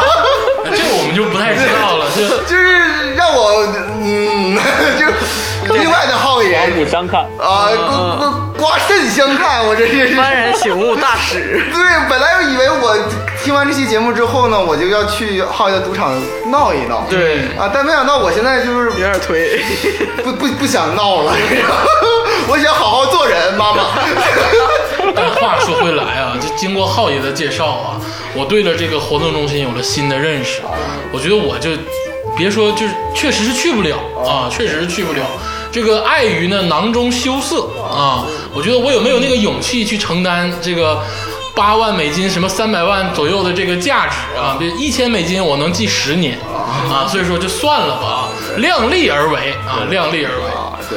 S1: 这个我们就不太知道了，就
S4: 就是让我，嗯， 就是另外的浩
S5: 刮
S4: 爷
S5: 目相看。
S4: 啊，刮刮刮肾相看，我这真是。
S2: 幡然醒悟大使。
S4: 对，本来我以为我听完这期节目之后呢，我就要去浩爷的赌场闹一闹。
S1: 对
S4: 啊，但没想到我现在就是
S2: 有点 推，
S4: 不不不想闹了， 我想好好做人，妈妈。
S1: 但话说回来啊，就经过浩爷的介绍啊，我对了这个活动中心有了新的认识。我觉得我就别说，就是确实是去不了啊，确实是去不了。这个碍于呢囊中羞涩啊，我觉得我有没有那个勇气去承担这个八万美金，什么三百万左右的这个价值啊？这一千美金我能记十年啊，所以说就算了吧啊，量力而为啊，量力而为。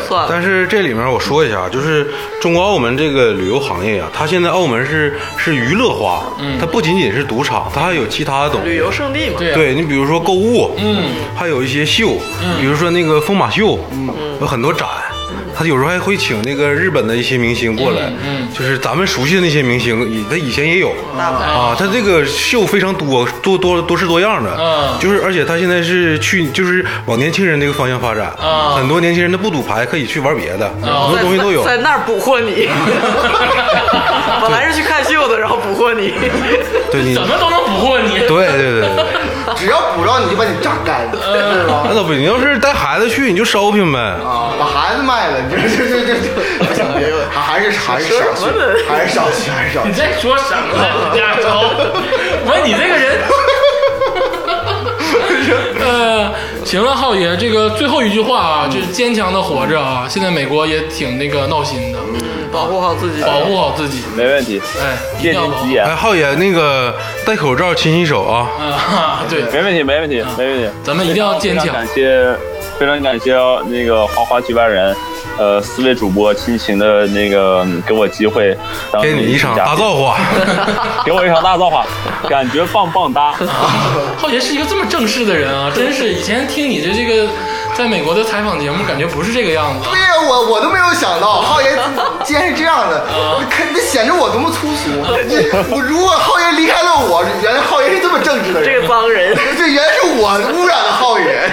S2: 算了，
S3: 但是这里面我说一下，就是中国澳门这个旅游行业啊，它现在澳门是是娱乐化，
S1: 嗯
S3: 它不仅仅是赌场，它还有其他的东西。
S2: 旅游胜地嘛，
S1: 对啊
S3: 对你比如说购物，
S1: 嗯，
S3: 还有一些秀，比如说那个疯马秀，有很多展。他有时候还会请那个日本的一些明星过来，
S1: 嗯
S3: 就是咱们熟悉的那些明星，以他以前也有
S2: 大牌
S3: 啊，他这个秀非常多多多多式多样的，
S1: 嗯
S3: 就是而且他现在是去就是往年轻人这个方向发展，
S1: 啊
S3: 很多年轻人他不赌牌，可以去玩别的，
S1: 哦
S3: 很多
S2: 在
S3: 东西都有。
S2: 在在那儿捕获 你。本来是去看秀的，然后捕获你。
S3: 对你，
S1: 怎么都能捕获你。
S3: 对对对对对。
S4: 只要捕着你就把你榨干，是吧？
S3: 那倒不行，你要是带孩子去，你就 shopping 呗。
S4: 啊，把孩子卖了，你这这这这这，不行，别问，还是还是少去，还是少去，还是少
S1: 你
S4: 去。
S1: 在说什么呢？ 李 佳州，我你这个人。呃，行了，浩爷，这个最后一句话啊，
S5: 嗯
S1: 就是坚强的活着啊。现在美国也挺那个闹心的，
S5: 嗯
S2: 保护好自己。
S1: 保护好自己，
S5: 没问题。
S1: 哎，一
S5: 借
S1: 定要
S5: 您
S1: 保
S5: 吉
S1: 护。
S5: 言，
S3: 哎，浩爷，那个戴口罩，勤洗手啊。
S1: 啊，对，
S5: 没问题，没问题，没问题。
S1: 咱们一定要坚
S5: 非
S1: 强
S5: 常。感谢，非常感谢那个花花局外人，呃，四位主播亲情的那个嗯给我机会，当
S3: 给你一场大造化，
S5: 化，给我一场大造化，感觉棒棒 哒。
S1: 浩爷是一个这么正式的人啊，真是以前听你的这个在美国的采访节目，感觉不是这个样子。
S4: 哎对呀，我我都没有想到浩爷竟然是这样的，肯定显得我多么粗俗。 你我如果浩爷离开了我，原来浩爷是这么正直的
S2: 这
S4: 人
S2: 个。脏人，
S4: 这原来是我污染了浩爷，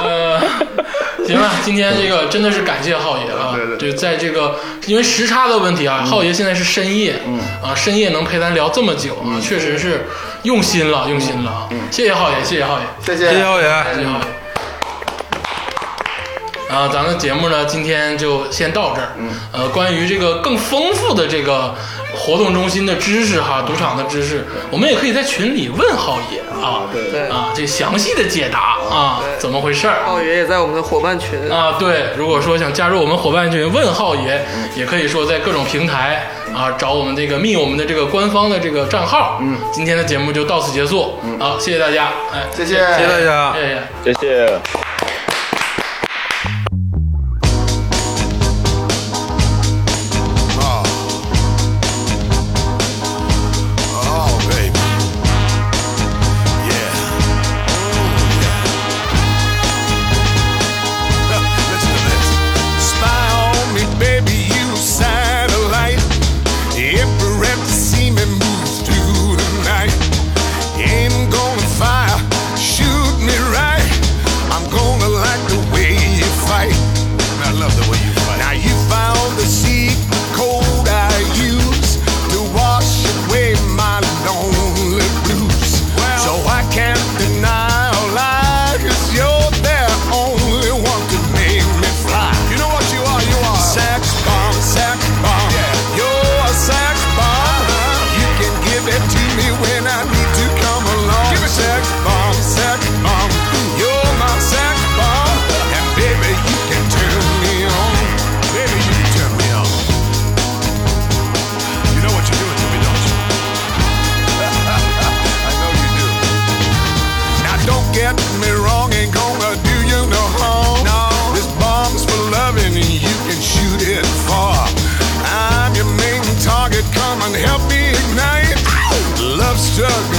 S1: 呃， 行了，今天这个真的是感谢浩爷啊，
S4: 对对嗯
S1: 就在这个因为时差的问题啊，浩爷现在是深夜，啊，深夜能陪咱聊这么久
S4: 嗯
S1: 啊，确实是用心了，用心了啊，谢谢浩爷，谢谢浩爷，
S4: 谢
S3: 谢谢
S4: 谢。
S3: 浩爷。
S1: 谢谢浩爷。啊，咱们节目呢，今天就先到这儿。
S4: 嗯
S1: 呃，关于这个更丰富的这个活动中心的知识哈，赌场的知识，我们也可以在群里问浩爷啊，
S4: 对
S2: 对
S1: 啊，这详细的解答啊，怎么回事儿？
S2: 浩爷也在我们的伙伴群。
S1: 啊，对，如果说想加入我们伙伴群，问浩爷，也可以说在各种平台啊找我们这个密我们的这个官方的这个账号。嗯，今天的节目就到此结束。嗯，好，谢谢大家，哎，
S4: 谢
S1: 谢
S3: 谢谢大家。
S1: 谢谢。
S5: 谢谢。
S6: Oh, baby. Yeah. Mm, yeah. Listen to this. Smile on me, baby, you satellite. Every empty semen moves through the night. Ain't gonna fire, shoot me right. I'm gonna like the way you fight. I love the way you fight. Now you found the secret code I use to wash away my lonely blues. So I can't deny or lie, cause you're the only one could make me fly. You know what you are, you are. Sex bomb, sex bomb. Yeah. You're a sex bomb. You can give it to me when I need to come along. Give me sex bomb, sex bomb. You're my sex bomb. And baby, you can turn me on. Baby, you can turn me on. You know what you're doing to me, don't you? I know you do. Now don't get me wrong, ain't gonna do you no harm. No, this bomb's for loving and you can shoot it far. I'm your main target, come and help me ignite. Love struck